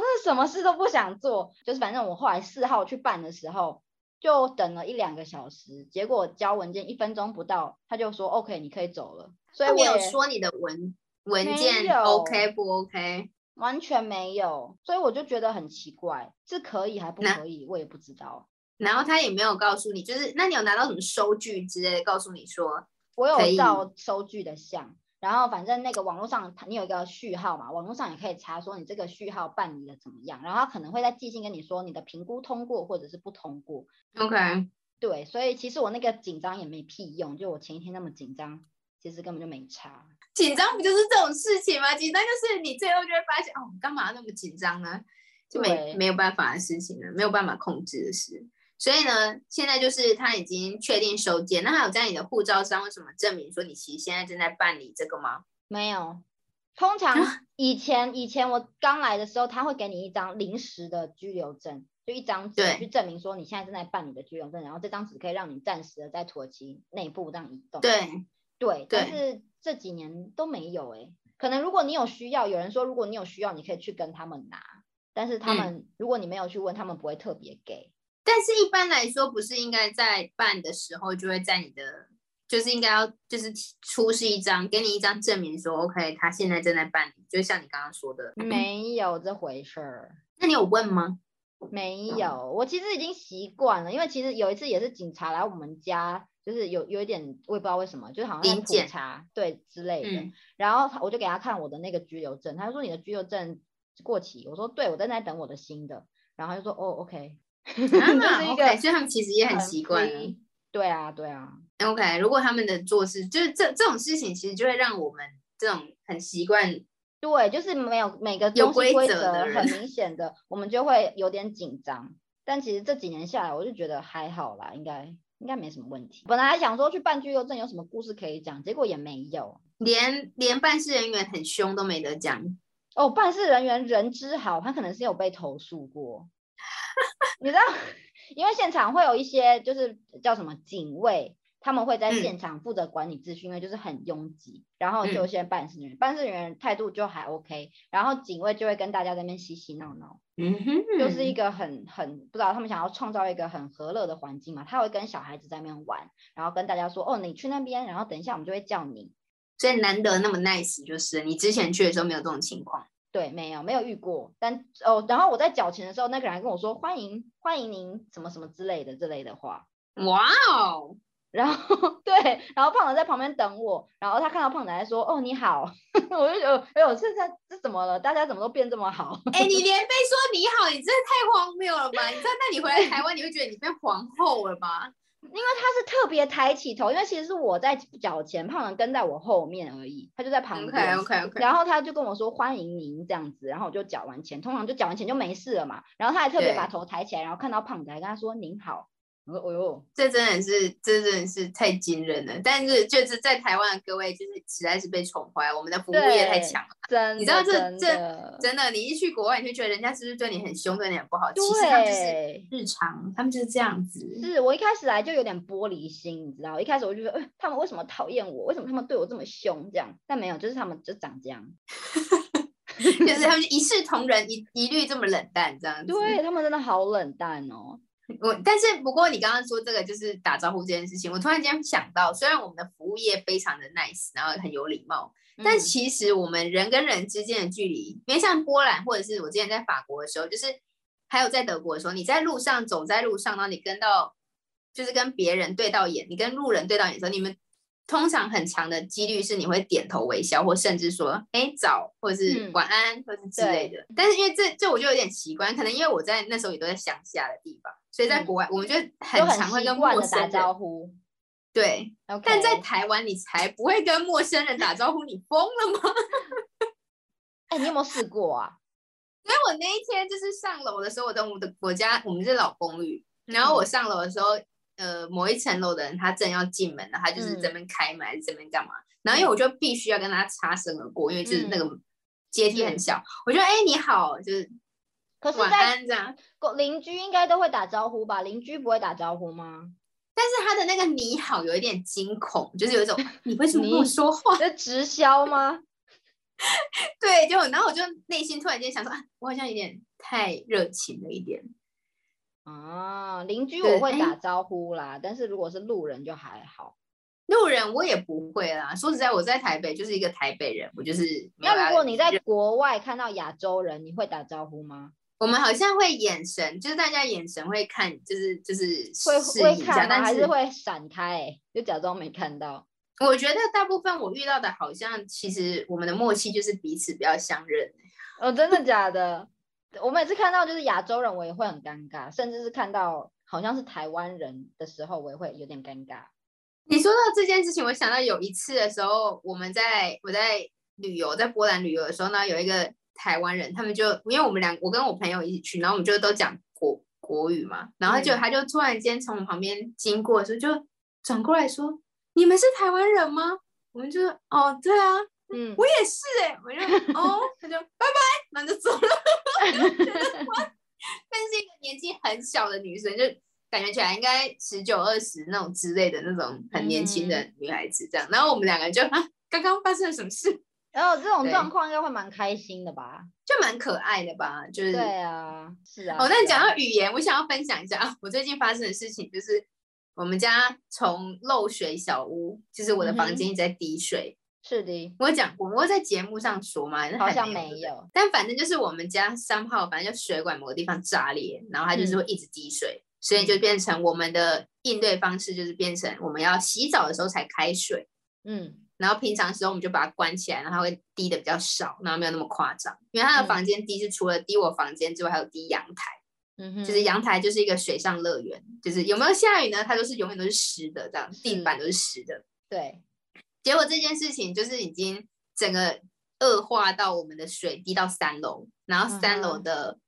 A: 的什么事都不想做。就是反正我后来四号去办的时候，就等了一两个小时，结果交文件一分钟不到，他就说 OK，你可以走了。所以
B: 他
A: 我
B: 没有
A: 也
B: 说你的文
A: 没
B: 文件
A: 有
B: OK 不 OK？
A: 完全没有，所以我就觉得很奇怪，是可以还不
B: 那
A: 可以，我也不知道。
B: 然后他也没有告诉你，就是那你有拿到什么收据之类的，告诉你说，
A: 我
B: 可
A: 有
B: 以
A: 照收据的相，然后反正那个网络上它你有一个序号嘛，网络上也可以查说你这个序号办理的怎么样，然后他可能会再寄信跟你说你的评估通过或者是不通过。
B: OK，
A: 对，所以其实我那个紧张也没屁用，就我前一天那么紧张，其实根本就没差。
B: 紧张不就是这种事情吗？紧张就是你最后就会发现，哦，干嘛那么紧张呢？就
A: 对
B: 没没有办法的事情了，没有办法控制的事。所以呢，现在就是他已经确定收件，那还有在你的护照上为什么证明说你其实现在正在办理这个吗？
A: 没有，
B: 啊
A: 通常以前以前我刚来的时候，他会给你一张临时的居留证，就一张纸
B: 对
A: 去证明说你现在正在办理的居留证，然后这张纸可以让你暂时的在土耳其内部这样移动。
B: 对，
A: 对，但
B: 对
A: 是这几年都没有哎、可能如果你有需要，有人说如果你有需要，你可以去跟他们拿，但是他
B: 嗯
A: 们、如果你没有去问，他们不会特别给。
B: 但是一般来说，不是应该在办的时候就会在你的，就是应该要就是出示一张，给你一张证明说，OK，他现在正在办理，就像你刚刚说的。嗯，
A: 没有这回事儿，
B: 那你有 问吗？
A: 没有。我其实已经习惯了，因为其实有一次也是警察来我们家，就是有有一点我也不知道为什么，就是好像在
B: 临
A: 普
B: 检
A: 查对之类的。
B: 嗯，
A: 然后他我就给他看我的那个居留证，他就说你的居留证过期，我说对，我正在等我的新的。然后他就说哦，OK，
B: 啊
A: 是一
B: OK，
A: 个
B: 所以他们其实也很习惯了。
A: free。对啊，对啊，
B: OK，如果他们的做事就是这这种事情，其实就会让我们这种很习惯，
A: 对，就是没有每个
B: 有
A: 东西
B: 规
A: 规
B: 则的
A: 很明显的，我们就会有点紧张。但其实这几年下来，我就觉得还好啦，应该应该没什么问题。本来还想说去办居留证有什么故事可以讲，结果也没有。
B: 连连办事人员很凶都没得讲。
A: 哦，办事人员人之好，他可能是有被投诉过， 你知道，因为现场会有一些就是叫什么警卫，他们会在
B: 嗯
A: 现场负责管理秩序，因为就是很拥挤，然后就有些办事人员，办事人员态度就还 OK，然后警卫就会跟大家在那边嬉嬉闹闹，
B: 嗯哼，
A: 就是一个很很不知道他们想要创造一个很和乐的环境嘛，他会跟小孩子在那边玩，然后跟大家说哦，你去那边，然后等一下我们就会叫你，
B: 所以难得那么 nice，就是你之前去的时候没有这种情况。
A: 对，没有没有遇过，但哦，然后我在缴钱的时候，那个人还跟我说欢迎欢迎您什么什么之类的之类的话，
B: 哇哦，
A: 然后 对，然后胖子在旁边等我，然后他看到胖子还说哦你好， 我就觉得哎呦现在这怎么了？大家怎么都变这么好？
B: 哎、你连被说你好，你真的太荒谬了吧？你知道，那你回来台湾，你会觉得你变皇后了吧？
A: 因为他是特别抬起头，因为其实是我在缴钱，胖子跟在我后面而已，他就在旁
B: OK
A: 边。
B: OK OK，
A: 然后他就跟我说欢迎您这样子，然后我就缴完钱，通常就缴完钱就没事了嘛。然后他还特别把
B: 对
A: 头抬起来，然后看到胖子还跟他说您好，我说哎呦，
B: 这真的是，这真的是太惊人了。但是就是在台湾的各位，就是实在是被宠坏，我们的服务业太
A: 对
B: 强了。
A: 真的，
B: 你知道这
A: 真
B: 这
A: 的
B: 真的，你一去国外，你就觉得人家是不是对你很凶，对你很不好？其实他们就是
A: 对，嗯
B: 日常，他们就是这样子。
A: 是我一开始来就有点玻璃心，你知道，一开始我就觉得，哎、他们为什么讨厌我？为什么他们对我这么凶？这样，但没有，就是他们就长这样，
B: 就是他们就一视同仁，一一律这么冷淡这样子。
A: 对他们真的好冷淡哦。
B: 我，但是不过你刚刚说这个就是打招呼这件事情，我突然间想到，虽然我们的服务业非常的 nice，然后很有礼貌，但
A: 嗯
B: 其实我们人跟人之间的距离，因为像波兰或者是我之前在法国的时候，就是还有在德国的时候，你在路上走在路上，然后你跟到就是跟别人对到眼，你跟路人对到眼的时候，你们通常很强的几率是你会点头微笑，或甚至说哎早，或者是
A: 嗯
B: 晚安，或者是之类的。但是因为这这我就有点奇怪，可能因为我在那时候也都在乡下的地方，所以在
A: 嗯
B: 国外、我们就
A: 就
B: 很常会
A: 习
B: 跟
A: 惯
B: 陌
A: 的打
B: 生人
A: 招呼。
B: 对
A: OK，
B: 但在台湾你才不会跟陌生人打招呼，你疯了吗？
A: 哎、你有没有试过啊？
B: 所以我那一天就是上楼的时候，我跟我的我家我们是老公寓，然后我上楼的时候，呃，某一层楼的人他正要进门了，他就是这边开门还是这边干嘛，然后因为我就必须要跟他擦身而过，因为就是那个阶梯很小，我就哎、你好，就是
A: 可是
B: 晚
A: 在
B: 安这样，
A: 国邻居应该都会打招呼吧？邻居不会打招呼吗？
B: 但是他的那个你好有一点惊恐，就是有一种你为什么跟我
A: 你
B: 说话？
A: 这直销吗？
B: 对，就然后我就内心突然间想说，啊，我好像有点太热情了一点。
A: 啊，邻居
B: 对
A: 我会
B: 哎
A: 打招呼啦，但是如果是路人就还好。
B: 路人我也不会啦，说实在，我在台北就是一个台北人，我就是没
A: 那
B: 有啦
A: 如果你在国外看到亚洲人，你会打招呼吗？
B: 我们好像会眼神，就是大家眼神会看，就是就是
A: 会
B: 示
A: 会
B: 意一下，
A: 看吗？
B: 但
A: 还
B: 是
A: 是会闪开、欸？就假装没看到。
B: 我觉得大部分我遇到的，好像其实我们的默契就是彼此比较相认。
A: 哦，真的假的？我每次看到就是亚洲人，我也会很尴尬，甚至是看到好像是台湾人的时候，我也会有点尴尬。
B: 你说到这件事情，我想到有一次的时候，我们在我在旅游，在波兰旅游的时候呢，有一个台湾人，他们就因为我们俩，我跟我朋友一起去，然后我们就都讲国国语嘛，然后就
A: 嗯
B: 他就突然间从我旁边经过的时候，就转过来说：“你们是台湾人吗？”我们就说：“哦，对啊，
A: 嗯，
B: 我也是哎、我就 哦，他就拜拜，然后就走了。但是一个年纪很小的女生，就感觉起来应该十九二十那种之类的那种很年轻的女孩子
A: 嗯
B: 这样。然后我们两个就啊，刚刚发生了什么事？
A: 然后这种
B: 对
A: 状况应该会蛮开心的吧？
B: 就蛮可爱的吧，就是
A: 对啊，是啊。
B: 哦，但
A: 是
B: 讲
A: 啊
B: 到语言，我想要分享一下啊，我最近发生的事情就是，我们家从漏水小屋，就是我的
A: 嗯
B: 房间一直在滴水。
A: 是的，
B: 我有讲过，我有在节目上说嘛，
A: 好
B: 还
A: 像
B: 没
A: 没有。
B: 但反正就是我们家三号，反正就水管某个地方炸裂，然后它
A: 嗯
B: 就是会一直滴水，所以就变成我们的应对方式就是变成我们要洗澡的时候才开水，
A: 嗯
B: 然后平常时候我们就把它关起来，然后它会滴的比较少，然后没有那么夸张。因为
A: 嗯
B: 它的房间滴是除了滴我房间之外，还有滴阳台。
A: 嗯哼，
B: 就是阳台就是一个水上乐园，就是有没有下雨呢？它就是永远都是湿的，这样地
A: 嗯
B: 板都是湿的。
A: 对，
B: 结果这件事情就是已经整个恶化到我们的水滴到三楼，然后三楼
A: 嗯哼
B: 的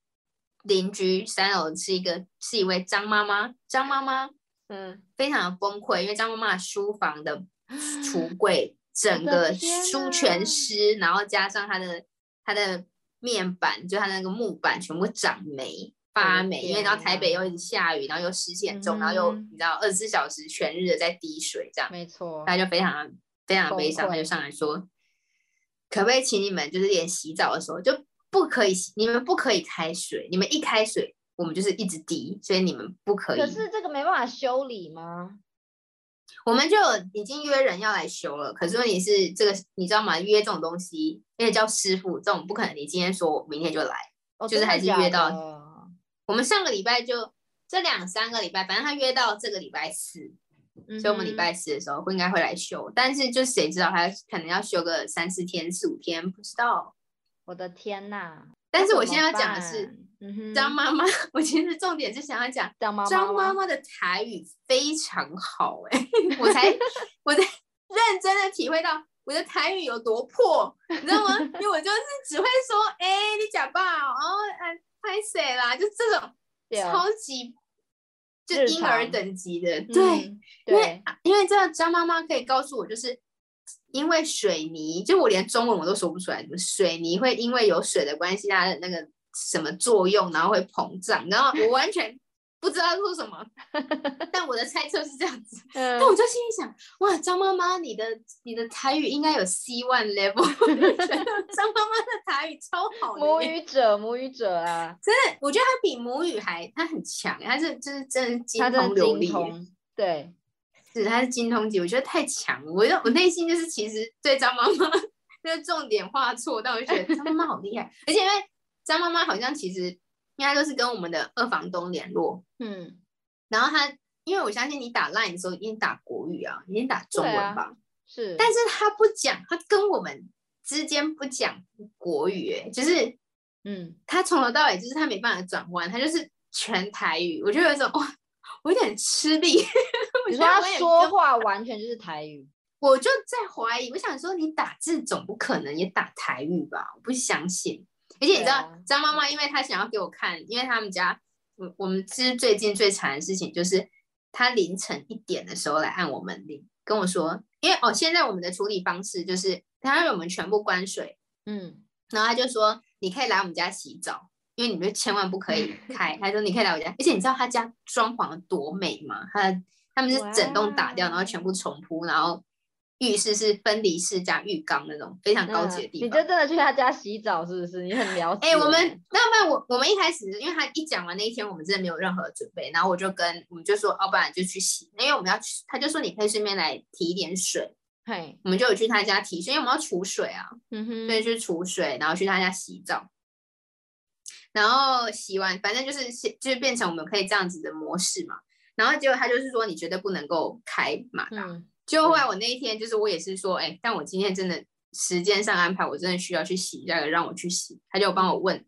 B: 邻居，三楼是一个是一位张妈妈，张妈妈
A: 嗯，
B: 非常的崩溃，因为张妈妈的书 房的橱柜整
A: 的
B: 个
A: 天
B: 书
A: 啊
B: 全湿，然后加上它的它的面板，就它那个木板全部长霉发
A: 的
B: 霉，因为然后台北
A: 天
B: 又一直下雨，然后又湿气很重，然后又
A: 嗯
B: 你知道二十四小时全日的在滴水这样，
A: 没错，
B: 他就非常非常悲伤，
A: 崩溃
B: 他就上来说，可不可以请你们就是连洗澡的时候就不可以洗，你们不可以开水，你们一开水我们就是一直滴，所以你们不可以。
A: 可是这个没办法修理吗？
B: 我们就有已经约人要来修了，可是问题是这个你知道吗？约这种东西，而且叫师傅，这种不可能你今天说我明天就来。
A: 哦
B: 就
A: 真
B: 是
A: 的
B: 还是
A: 假
B: 约到
A: 的
B: 我们上个礼拜就这两三个礼拜，反正他约到这个礼拜四，所以我们礼
A: 嗯哼
B: 拜四的时候会应该会来修，但是就谁知道他可能要修个三四天、四五天，不知道。
A: 我的天呐！
B: 但
A: 那
B: 是我
A: 怎么
B: 现在要讲的是
A: 办，嗯哼，
B: 张妈 妈，我其实重点是想要讲
A: 张妈妈
B: 张妈
A: 吗，
B: 妈的台语非常好、哎， 我才我才认真的体会到我的台语有多破，你知道吗？ 因为我就是只会说，哎、你假吧，哦，哎，拍谁啦，就这种
A: 对啊
B: 超级就
A: 日
B: 婴儿
A: 常
B: 等级的，
A: 嗯
B: 对，因为
A: 对，
B: 因为这个张妈妈可以告诉我，就是因为水泥，就我连中文我都说不出来，就是水泥会因为有水的关系，它的那个什么作用，然后会膨胀，然后我完全不知道说 什么，但我的猜测是这样 子。
A: 嗯
B: 但我就心里想，哇，张妈妈，你的你的台语应该有 C one level，我 就觉得张妈妈的台语超好
A: 母
B: 的耶，
A: 语者，母语者啊，
B: 我觉得她比母语还她很强，她是就是真的是精
A: 他真
B: 通
A: 的
B: 流
A: 精
B: 利耶。
A: 通，对，
B: 是，他是精通级，我觉得太强了。我就我内心就是其实对张妈 妈那个重点画错，但我就觉得张妈妈好厉害。而且因为张妈妈好像其实应该都是跟我们的二房东联络，
A: 嗯，
B: 然后他因为我相信你打 line 的时候一定打国语啊，一定打中
A: 对
B: 文
A: 啊
B: 吧，
A: 是，
B: 但是他不讲，他跟我们之间不讲国语、欸，就是
A: 嗯，
B: 他从头到尾就是他没办法转弯，他就是全台语，我就有一种哇，我有点吃力。 我
A: 你
B: 觉
A: 说
B: 得
A: 他
B: 我也
A: 说
B: 跟
A: 话完全就是台语，
B: 我就在怀疑，我想说你打字总不可能也打台语吧？我不相信。而且你知道
A: 对啊，
B: 张妈妈因为她想要给我看，因为他们家，我我们其实最近最惨的事情就是，她凌晨一点的时候来按我门铃，跟我说，因为哦，现在我们的处理方式就是，他让我们全部关水，
A: 嗯，
B: 然后他就说你可以来我们家洗澡，因为你们就千万不可以
A: 嗯
B: 开。他说你可以来我家，而且你知道他家装潢得多美吗？他的他们是整栋打掉，然后全部重铺，然后浴室是分离式加浴缸那种非常高级
A: 嗯
B: 的地
A: 你嗯
B: 方。
A: 就真的去他家洗澡是不是？你很了解
B: 哎、
A: 耶，
B: 我们那不然我我们一开始，因为他一讲完那一天，我们真的没有任何准备，然后我就跟我们就说，哦要、不然就去洗，因为我们要去，他就说你可以顺便来提一点水，
A: 嘿，
B: 我们就有去他家提水，因为我们要储水啊。
A: 嗯哼，
B: 所以去储水，然后去他家洗澡，然后洗完，反正就是洗就是变成我们可以这样子的模式嘛。然后结果他就是说，你绝对不能够开马达。
A: 嗯，
B: 结果后来我那一天就是我也是说，哎、但我今天真的时间上安排，我真的需要去洗一下，让我去洗。他就帮我问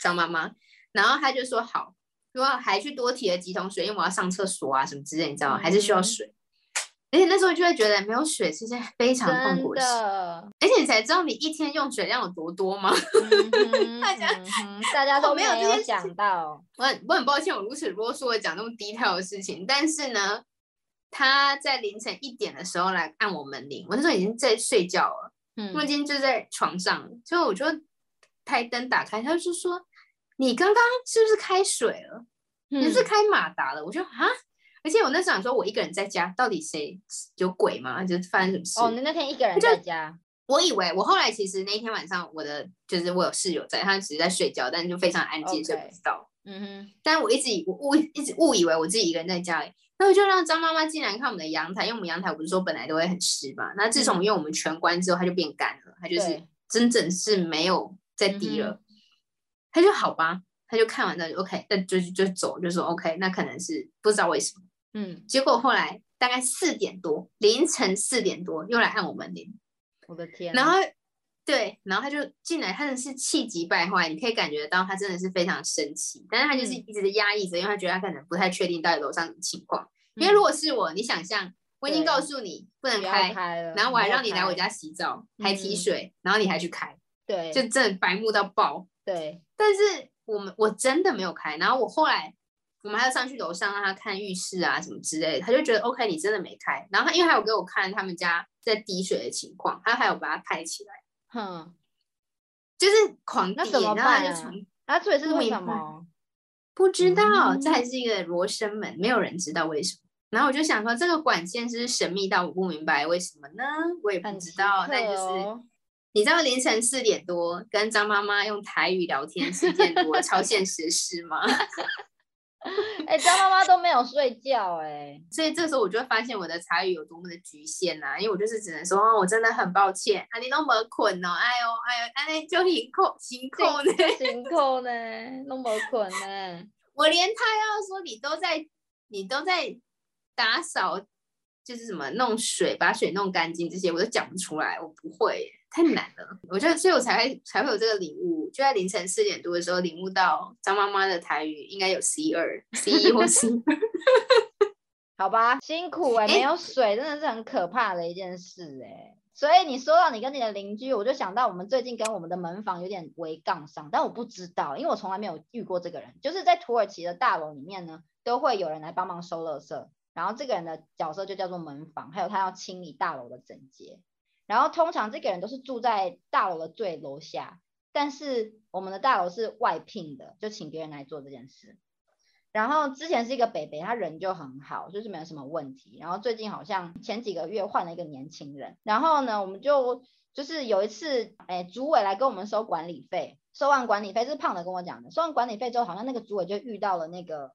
B: 张妈妈，然后他就说好，如果还去多提了几桶水，因为我要上厕所啊什么之类，你知道吗？还是需要
A: 嗯
B: 水。而且那时候就会觉得没有水是件非常痛
A: 真
B: 苦的事，
A: 的，
B: 而且你才知道你一天用水量有多多吗？
A: 嗯
B: 大家
A: 哼嗯哼大家
B: 我
A: 都
B: 没有这件
A: 有
B: 事
A: 想到，
B: 我很我很抱歉，我如此啰嗦的讲那么 detail 的事情，但是呢，他在凌晨一点的时候来按我门铃，我那时候已经在睡觉了，
A: 嗯
B: 我已经就在床上了，所以我就开灯打开，他就说：“你刚刚是不是开水了？”你
A: 嗯
B: 是开马达的，我就啊。而且我那时候想说，我一个人在家，到底谁有鬼吗？就是发生什么事？
A: 哦，你那天一个人
B: 就
A: 在家，
B: 我以为我后来其实那一天晚上，我的就是我有室友在，他只是在睡觉，但就非常安静
A: OK
B: 所以不知道。
A: 嗯
B: 但我一直以我误一直误以为我自己一个人在家里，那我就让张妈妈进来看我们的阳台，因为我们阳台我不是说本来都会很湿嘛，那自从因为我们全关之后，它就变干了，它
A: 哼，
B: 就是
A: 嗯对嗯
B: 真正是没有再滴了。他就好吧，他就看完那就 OK，那就就走，就说 OK，那可能是不知道为什么。
A: 嗯，
B: 结果后来大概四点多，凌晨四点多又来按我门铃，
A: 我的天啊，
B: 然后对，然后他就进来，他真的是气急败坏，你可以感觉到他真的是非常生气，但是他就是
A: 嗯
B: 一直压抑着，因为他觉得他可能不太确定到底楼上什么情况。因为
A: 嗯
B: 如果是我，你想象我已经
A: 对
B: 告诉你不能
A: 不要
B: 开，
A: 开了，
B: 然后我还
A: 不要
B: 让你来我
A: 开，
B: 家洗澡，还提
A: 嗯
B: 水，然后你还去开，
A: 对，
B: 就真的白目到爆。
A: 对，
B: 但是我们我真的没有开，然后我后来我们还要上去楼上让他看浴室啊什么之类的，他就觉得 OK，你真的没开。然后他因为还有给我看他们家在滴水的情况，他还有把它拍起来，
A: 哼，
B: 就是狂滴
A: 那
B: 耶，
A: 怎么
B: 然后他
A: 办
B: 就
A: 啊
B: 从
A: 啊，这也是
B: 不
A: 为
B: 明
A: 什
B: 白
A: 么？
B: 不知道，这
A: 嗯
B: 还是一个罗生门，没有人知道为什么。然后我就想说，这个管线是不是神秘到我不明白为什么呢？我也不
A: 很
B: 知
A: 奇
B: 道，
A: 特
B: 但就是
A: 哦
B: 你知道凌晨四点多跟张妈妈用台语聊天是一件 多超现实的事吗？
A: 哎，张妈妈都没有睡觉，哎，
B: 所以这时候我就会发现我的才语有多么的局限呐、因为我就是只能说，哦，我真的很抱歉，啊，你都没困哦，哎呦，哎呦，哎呦，就很困，辛苦呢，
A: 辛苦呢，弄不困呢，
B: 我连他要说你都在，你都在打扫，就是什么弄水，把水弄干净这些，我都讲不出来，我不会耶，太难了，我就所以我才会才会有这个领悟，就在凌晨四点多的时候领悟到张妈妈的台语应该有 C 二、C 一或 C 二，
A: 好吧，辛苦哎，
B: 哎
A: 没有水真的是很可怕的一件事哎。所以你说到你跟你的邻居，我就想到我们最近跟我们的门房有点微杠上，但我不知道，因为我从来没有遇过这个人。就是在土耳其的大楼里面呢，都会有人来帮忙收垃圾，然后这个人的角色就叫做门房，还有他要清理大楼的整洁。然后通常这个人都是住在大楼的最楼下，但是我们的大楼是外聘的，就请别人来做这件事。然后之前是一个北北，他人就很好，就是没有什么问题。然后最近好像前几个月换了一个年轻人，然后呢，我们就就是有一次，哎，组委来跟我们收管理费，收完管理费是胖的跟我讲的，收完管理费之后，好像那个组委就遇到了那个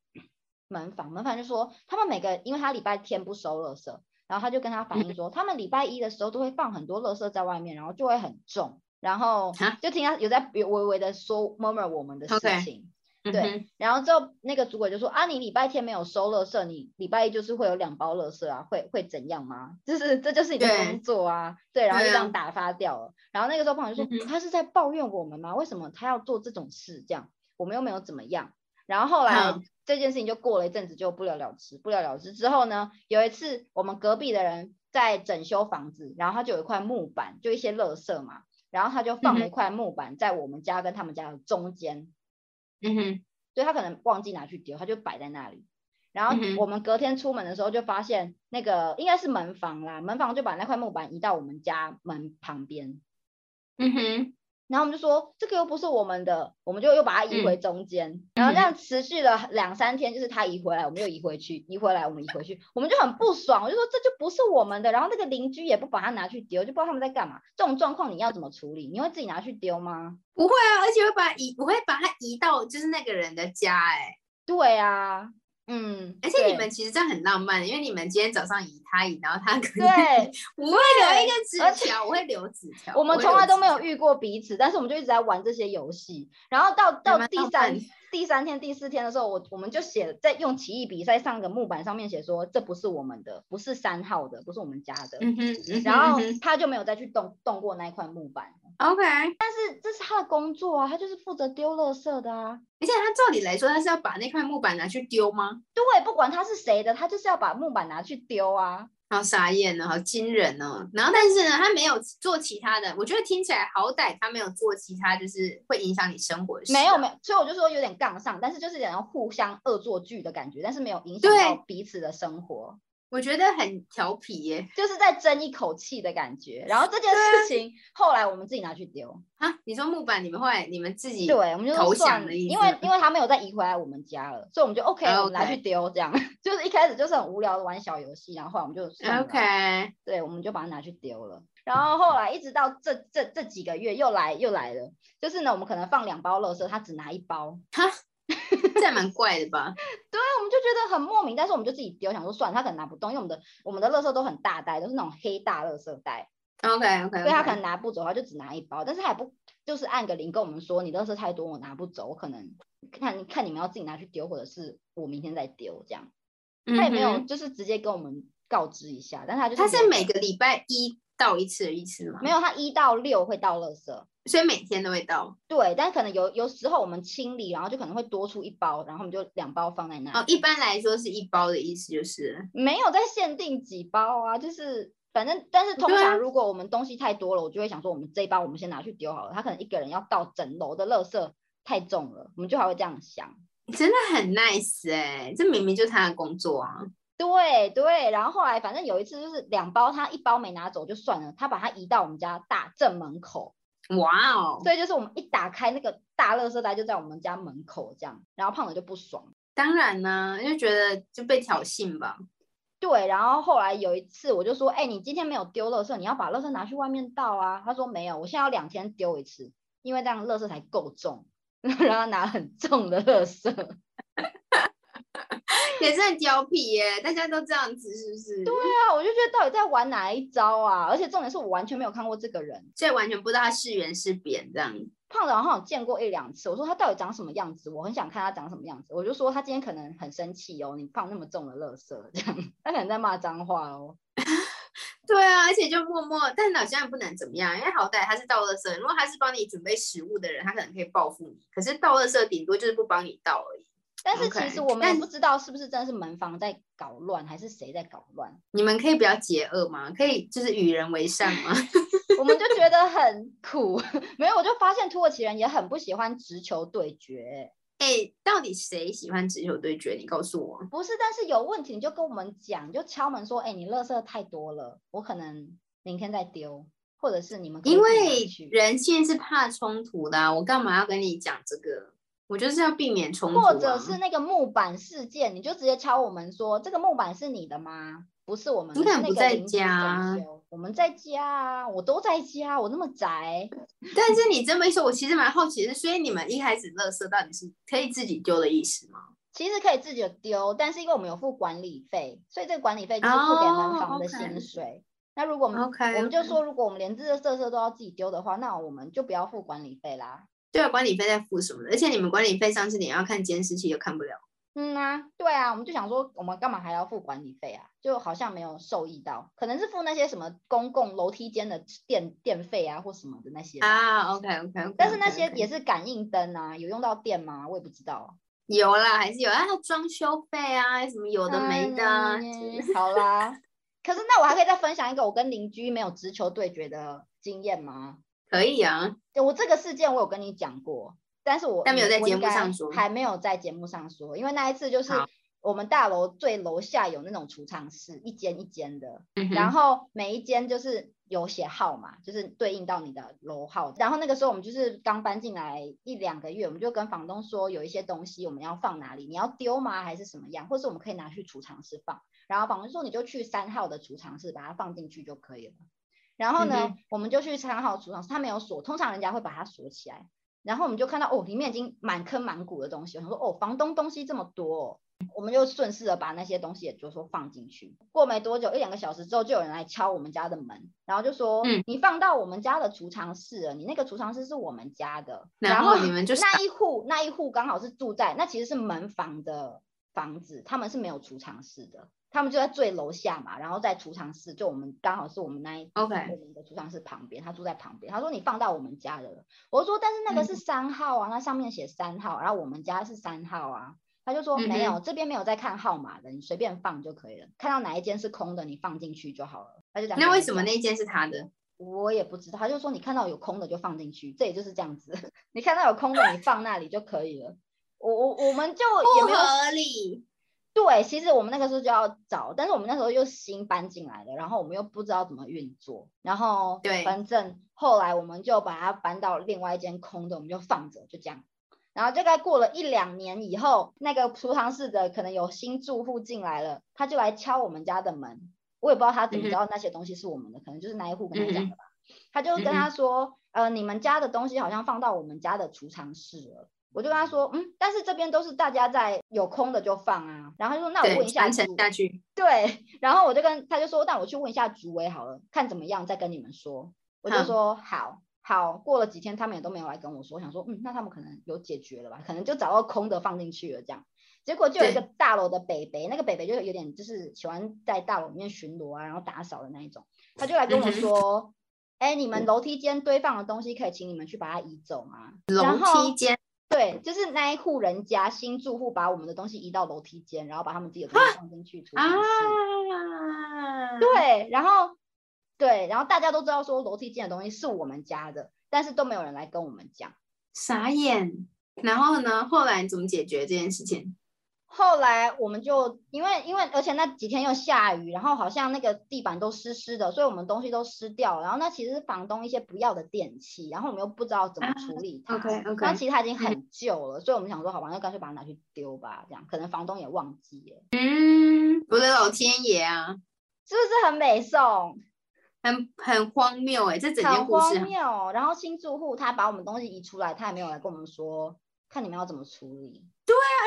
A: 门房，门房就说他们每个，因为他礼拜天不收垃圾，然后他就跟他反映说，他们礼拜一的时候都会放很多垃圾在外面，然后就会很重，然后
B: 啊
A: 就听他有在微微的说 murmur 我们的事
B: OK
A: 情。
B: 嗯
A: 对
B: 哼，
A: 然后之后那个主管就说啊，你礼拜天没有收垃圾，你礼拜一就是会有两包垃圾啊，会会怎样吗？就是这就是你的
B: 对
A: 工作啊，对，然后就
B: 对
A: 这
B: 啊
A: 样打发掉了。然后那个时候朋友就说、
B: 嗯哼
A: 他是在抱怨我们吗？为什么他要做这种事？这样我们又没有怎么样。然后后来
B: 嗯
A: 这件事情就过了一阵子，就不了了之。不了了之之后呢，有一次我们隔壁的人在整修房子，然后他就有一块木板，就一些垃圾嘛，然后他就放了一
B: 嗯
A: 块木板在我们家跟他们家的中间。
B: 嗯哼，
A: 所以他可能忘记拿去丢，他就摆在那里。然后
B: 嗯哼
A: 我们隔天出门的时候就发现，那个应该是门房啦，门房就把那块木板移到我们家门旁边，
B: 嗯哼，
A: 然后我们就说这个又不是我们的，我们就又把它移回
B: 嗯
A: 中间，然后这样持续了两三天，就是他移回来，我们又移回去，移回来我们移回去，我们就很不爽，我就说这就不是我们的，然后那个邻居也不把它拿去丢，就不知道他们在干嘛。这种状况你要怎么处理？你会自己拿去丢吗？
B: 不会啊，而且会把移，我会把它移到就是那个人的家、哎。
A: 对啊，嗯，
B: 而且你
A: 对
B: 们其实这样很浪漫，因为你们今天早上移他移，然后他可能
A: 对
B: 我会留
A: 对
B: 一个纸
A: 而且
B: 条，我会留纸条。
A: 我们
B: 会
A: 从来都
B: 留纸
A: 没有
B: 条
A: 遇过彼此，但是我们就一直在玩这些游戏。然后到到
B: 蛮
A: 第
B: 浪
A: 三
B: 漫
A: 第三天、第四天的时候，我我们就写在用奇异笔在上个木板上面写说，这不是我们的，不是三号的，不是我们家的。
B: 嗯哼，嗯哼
A: 然后
B: 嗯
A: 他就没有再去动动过那一块木板，
B: 哼 OK，
A: 但是这是他的工作啊，他就是负责丢垃圾的啊。
B: 而且他照理来说，他是要把那块木板拿去丢吗？
A: 对，不管他是谁的，他就是要把木板拿去丢啊。
B: 好傻眼哦，好惊人哦！然后但是呢，他没有做其他的，我觉得听起来好歹他没有做其他，就是会影响你生活的事啊。
A: 没有没有，所以我就说有点杠上，但是就是有点互相恶作剧的感觉，但是没有影响
B: 对
A: 到彼此的生活。
B: 我觉得很调皮耶、
A: 就是在争一口气的感觉。然后这件事情后来我们自己拿去丢，
B: 啊，你说木板，你们后来你们自己
A: 对，我们就
B: 投
A: 说算
B: 降
A: 了，
B: 的意
A: 因
B: 思
A: 为
B: 吗
A: 因为他没有再移回来我们家了，所以我们就 OK，我们拿去
B: OK
A: 丢，这样 就是一开始就是很无聊的玩小游戏，然后后来我们就算了
B: 啊，OK，
A: 对，我们就把它拿去丢了。然后后来一直到这这这几个月又来又来了，就是呢，我们可能放两包垃圾，他只拿一包，
B: 这还蛮怪的吧？
A: 对，我们就觉得很莫名，但是我们就自己丢，想说算了，他可能拿不动，因为我们的我们的垃圾都很大袋，都是那种黑大垃圾袋，
B: OK OK，
A: 所以他啊可能拿不走，他就只拿一包，但是他也不就是按个铃跟我们说，你垃圾太多，我拿不走，我可能看看你们要自己拿去丢，或者是我明天再丢这样，
B: 能
A: 他也没有就是直接跟我们告知一下，但他就是
B: 嗯他
A: 有
B: 是每个礼拜一到一次的意思吗？
A: 没有他一到六会倒垃圾。
B: 所以每天都会到
A: 对，但可能有有时候我们清理，然后就可能会多出一包，然后我们就两包放在那里。
B: 哦。一般来说是一包的意思，就是了
A: 没有在限定几包啊，就是反正，但是通
B: 对啊
A: 常如果我们东西太多了，我就会想说，我们这一包我们先拿去丢好了。他可能一个人要倒整楼的垃圾太重了，我们就还会这样想。
B: 真的很 nice 哎、这明明就是他的工作啊。
A: 对对，然后后来反正有一次就是两包，他一包没拿走就算了，他把它移到我们家大正门口，
B: 哇哦，
A: 所以就是我们一打开那个大垃圾袋就在我们家门口这样，然后胖子就不爽。
B: 当然呢、就觉得就被挑衅吧。
A: 对，然后后来有一次我就说，哎、你今天没有丢垃圾，你要把垃圾拿去外面倒啊。他说没有，我现在要两天丢一次，因为这样垃圾才够重。 然后他拿很重的垃圾， 对
B: 也是很调皮耶、大家都这样子是不是？对，
A: 啊，我就觉得到底在玩哪一招啊？而且重点是我完全没有看过这个人，
B: 所以完全不知道他是圆是扁这样。
A: 胖子好像有见过一两次。我说他到底长什么样子？我很想看他长什么样子。我就说他今天可能很生气哦，你放那么重的垃圾，这样他可能在骂脏话哦。
B: 对啊，而且就默默，但好像也不能怎么样，因为好歹他是倒垃圾，如果他是帮你准备食物的人，他可能可以报复你。可是倒垃圾顶多就是不帮你倒而已。
A: 但是其
B: OK，
A: 实我们
B: 但
A: 也不知道是不是真的是门房在搞乱，还是谁在搞乱。
B: 你们可以不要结恶吗？可以就是与人为善吗？
A: 我们就觉得很苦。 没有，我就发现土耳其人也很不喜欢直球对决。
B: 哎、到底谁喜欢直球对决？你告诉我。
A: 不是，但是有问题你就跟我们讲，你就敲门说：“哎、你垃圾太多了，我可能明天再丢，或者是你们可以
B: 因
A: 自己拿
B: 为
A: 去
B: 人性是怕冲突的啊、我干嘛要跟你讲这个？我就是要避免冲突、啊，
A: 或者是那个木板事件，你就直接敲我们说：这个木板是你的吗？不是我们的，
B: 你可能
A: 是那
B: 不
A: 个
B: 在
A: 邻居整
B: 家啊
A: 修我们在家啊，我都在家，我那么宅，
B: 但是你这么一说，我其实蛮好奇的是，所以你们一开始垃圾到底是可以自己丢的意思吗？
A: 其实可以自己丢，但是因为我们有付管理费，所以这个管理费就是付给门
B: 哦
A: 房的
B: ，OK
A: 薪水。那如果我们
B: OK，
A: 嗯
B: 嗯
A: 我们就
B: OK
A: 说，如果我们连这个色色都要自己丢的话，那我们就不要付管理费啦。
B: 对啊，管理费在付什么的？而且你们管理费上次你要看监视器又看不了，
A: 嗯啊，对啊，我们就想说，我们干嘛还要付管理费啊？就好像没有受益到，可能是付那些什么公共楼梯间的电电费啊，或什么的那些吧。
B: 啊，OK OK OK，
A: 但是那些也是感应灯啊，有用到电吗？我也不知道。啊
B: 有啦，还是有啊，装修费啊，什么有的没的、啊，就是
A: 嗯 好啦，可是那我还可以再分享一个我跟邻居没有直球对决的经验吗？
B: 可以啊，
A: 对我这个事件我有跟你讲过，但是我
B: 但没有
A: 你
B: 在
A: 我
B: 节
A: 应
B: 目上
A: 该
B: 说
A: 还没有在节目上说，因为那一次就是
B: 好
A: 我们大楼最楼下有那种储藏室，一间一间的，
B: 嗯
A: 然
B: 哼，
A: 后每一间就是有写号码，就是对应到你的楼号。然后那个时候我们就是刚搬进来一两个月，我们就跟房东说有一些东西我们要放哪里，你要丢吗？还是什么样？或是我们可以拿去储藏室放。然后房东说你就去三号的储藏室把它放进去就可以了。然后呢，
B: 嗯
A: 我们就去三号储藏室，它没有锁，通常人家会把它锁起来。然后我们就看到哦，里面已经满坑满谷的东西。我想说哦，房东东西这么多、哦，我们就顺势的把那些东西也就说放进去。过没多久，一两个小时之后，就有人来敲我们家的门，然后就说：“
B: 嗯
A: 你放到我们家的储藏室了，你那个储藏室是我们家的。”
B: 然
A: 后
B: 后你们就
A: 那一户那一户刚好是住在那其实是门房的房子，他们是没有储藏室的，他们就在最楼下嘛，然后在储藏室，就我们刚好是我们那一
B: OK，
A: 我们的储藏室旁边，他住在旁边。他说你放到我们家的了，我说但是
B: 嗯
A: 那个是三号啊，那上面写三号，然后我们家是三号啊。他就说
B: 嗯哼
A: 没有，这边没有在看号码的，你随便放就可以了。看到哪一间是空的，你放进去就好了。他就讲
B: 那为什么那一间是他的？
A: 我也不知道，他就说你看到有空的就放进去，这也就是这样子， 你看到有空的你放那里就可以了。我我我们就也
B: 不
A: 没有
B: 合理，
A: 对，其实我们那个时候就要找，但是我们那时候又新搬进来的，然后我们又不知道怎么运作，然后
B: 对
A: 反正后来我们就把它搬到另外一间空的，我们就放着，就这样。然后大概过了一两年以后，那个储藏室的可能有新住户进来了，他就来敲我们家的门，我也不知道他怎么知道那些东西是我们的，可能就是那一户跟他讲的吧。他就跟他说，呃，你们家的东西好像放到我们家的储藏室了。我就跟他说，嗯，但是这边都是大家在有空的就放啊。然后他就说，那我
B: 对
A: 问一，下
B: 传
A: 主
B: 承下去，
A: 对，然后我就跟他就说，那我去问一下主委好了，看怎么样再跟你们说。我就
B: 嗯
A: 说好，好。过了几天，他们也都没有来跟我说，我想说，嗯，那他们可能有解决了吧，可能就找到空的放进去了这样。结果就有一个大楼的北北，那个北北就有点就是喜欢在大楼里面巡逻啊，然后打扫的那一种，他就来跟我
B: 嗯哼嗯
A: 说，哎、你们楼梯间堆放的东西，可以请你们去把它移走吗？
B: 楼
A: 然后
B: 梯间
A: 对，就是那一户人家新住户把我们的东西移到楼梯间，然后把他们自己的东西放进去储
B: 啊
A: 藏室。，对，然后对，然后大家都知道说楼梯间的东西是我们家的，但是都没有人来跟我们讲。
B: 傻眼。然后呢？后来你怎么解决这件事情？
A: 后来我们就因为因为而且那几天又下雨，然后好像那个地板都湿湿的，所以我们东西都湿掉了。然后那其实是房东一些不要的电器，然后我们又不知道怎么
B: 啊嗯
A: 处理它。
B: OK，OK
A: 然后其实它已经很旧了，所以我们想说，好吧，那干脆把它拿去丢吧，这样可能房东也忘记了，
B: 嗯，我的老天爷啊，
A: 是不是很美颂？
B: 很很荒谬哎、这整件
A: 很
B: 故事
A: 荒谬。哦然后新住户他把我们东西移出来，他也没有来跟我们说，看你们要怎么处理，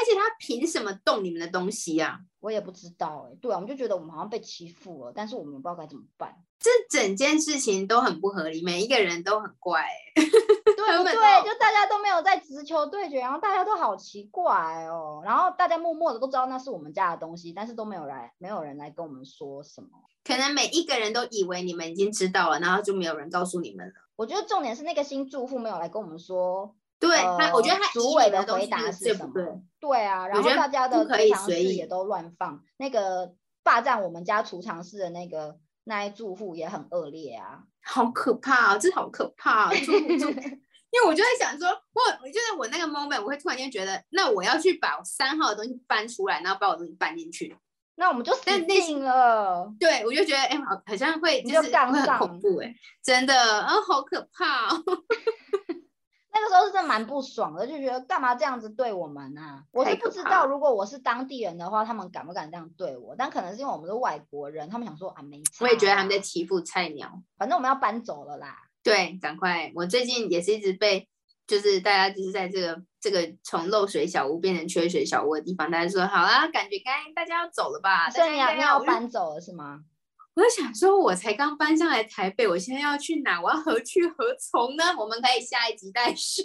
B: 而且他凭什么动你们的东西啊？
A: 我也不知道哎、对啊，我们就觉得我们好像被欺负了，但是我们也不知道该怎么 办，
B: 这整件事情都很不合理，每一个人都很怪、欸。
A: 对不
B: 根本
A: 对？
B: 都
A: 就大家都没有在直球对决，然后大家都好奇怪哦，然后大家默默的都知道那是我们家的东西，但是都没有来，没有人来跟我们说什么。
B: 可能每一个人都以为你们已经知道了，然后就没有人告诉你们了。
A: 我觉得重点是那个新住户没有来跟我们说，
B: 对
A: 呃
B: 他，我觉得他以
A: 主
B: 你
A: 委
B: 们
A: 的
B: 东
A: 回
B: 西
A: 答是
B: 对
A: 什
B: 不
A: 么
B: 对？？
A: 对啊，然
B: 我
A: 后
B: 觉得
A: 大家
B: 不
A: 的
B: 可
A: 储
B: 以
A: 藏
B: 随
A: 室
B: 意
A: 也都乱放，那个霸占我们家储藏室的那个那一住户也很恶劣啊。
B: 好可怕哦，这好可怕 哦！住住因为我就在想说，我我就是我那个 moment，我会突然间觉得，那我要去把我三号的东西搬出来，然后把我东西搬进去。
A: 那我们就死
B: 但那
A: 定了，
B: 对，我就觉得，哎、好，好像会
A: 你
B: 就
A: 就是杠
B: 会很
A: 上
B: 恐怖哎、真的，啊、好可怕哦！
A: 那个时候是真的蛮不爽的，就觉得干嘛这样子对我们啊？我是
B: 太
A: 不
B: 可
A: 知
B: 怕
A: 道，
B: 了
A: 如果我是当地人的话，他们敢不敢这样对我？但可能是因为我们是外国人，他们想说啊没差
B: 我也觉得他们在
A: 啦，
B: 欺负菜鸟。
A: 反正我们要搬走了啦。
B: 对，赶快！我最近也是一直被，就是大家就是在这个这个从漏水小屋变成缺水小屋的地方，大家说好啦，感觉该大家要走了吧？啊大
A: 所以你
B: 家应
A: 要
B: 该
A: 你要
B: 我就
A: 搬走了是吗？
B: 我就想说，我才刚搬上来台北，我现在要去哪？我要何去何从呢？我们可以下一集再续。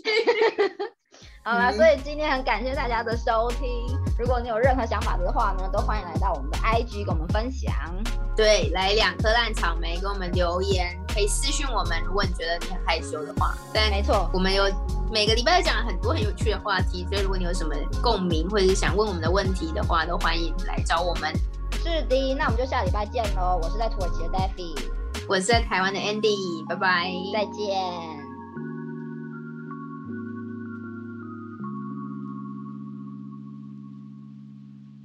A: 好啦，
B: 嗯
A: 所以今天很感谢大家的收听。如果你有任何想法的话呢，都欢迎来到我们的 IG 跟我们分享。
B: 对，来两颗烂草莓，给我们留言，可以私讯我们。如果你觉得你很害羞的话，但
A: 没错，
B: 我们有每个礼拜讲很多很有趣的话题，所以如果你有什么共鸣或者是想问我们的问题的话，都欢迎来找我们。
A: 是的，那我们就下礼拜见喽。我是在土耳其的 Daffy，
B: 我是在台湾的 Andy，拜拜。
A: 再见。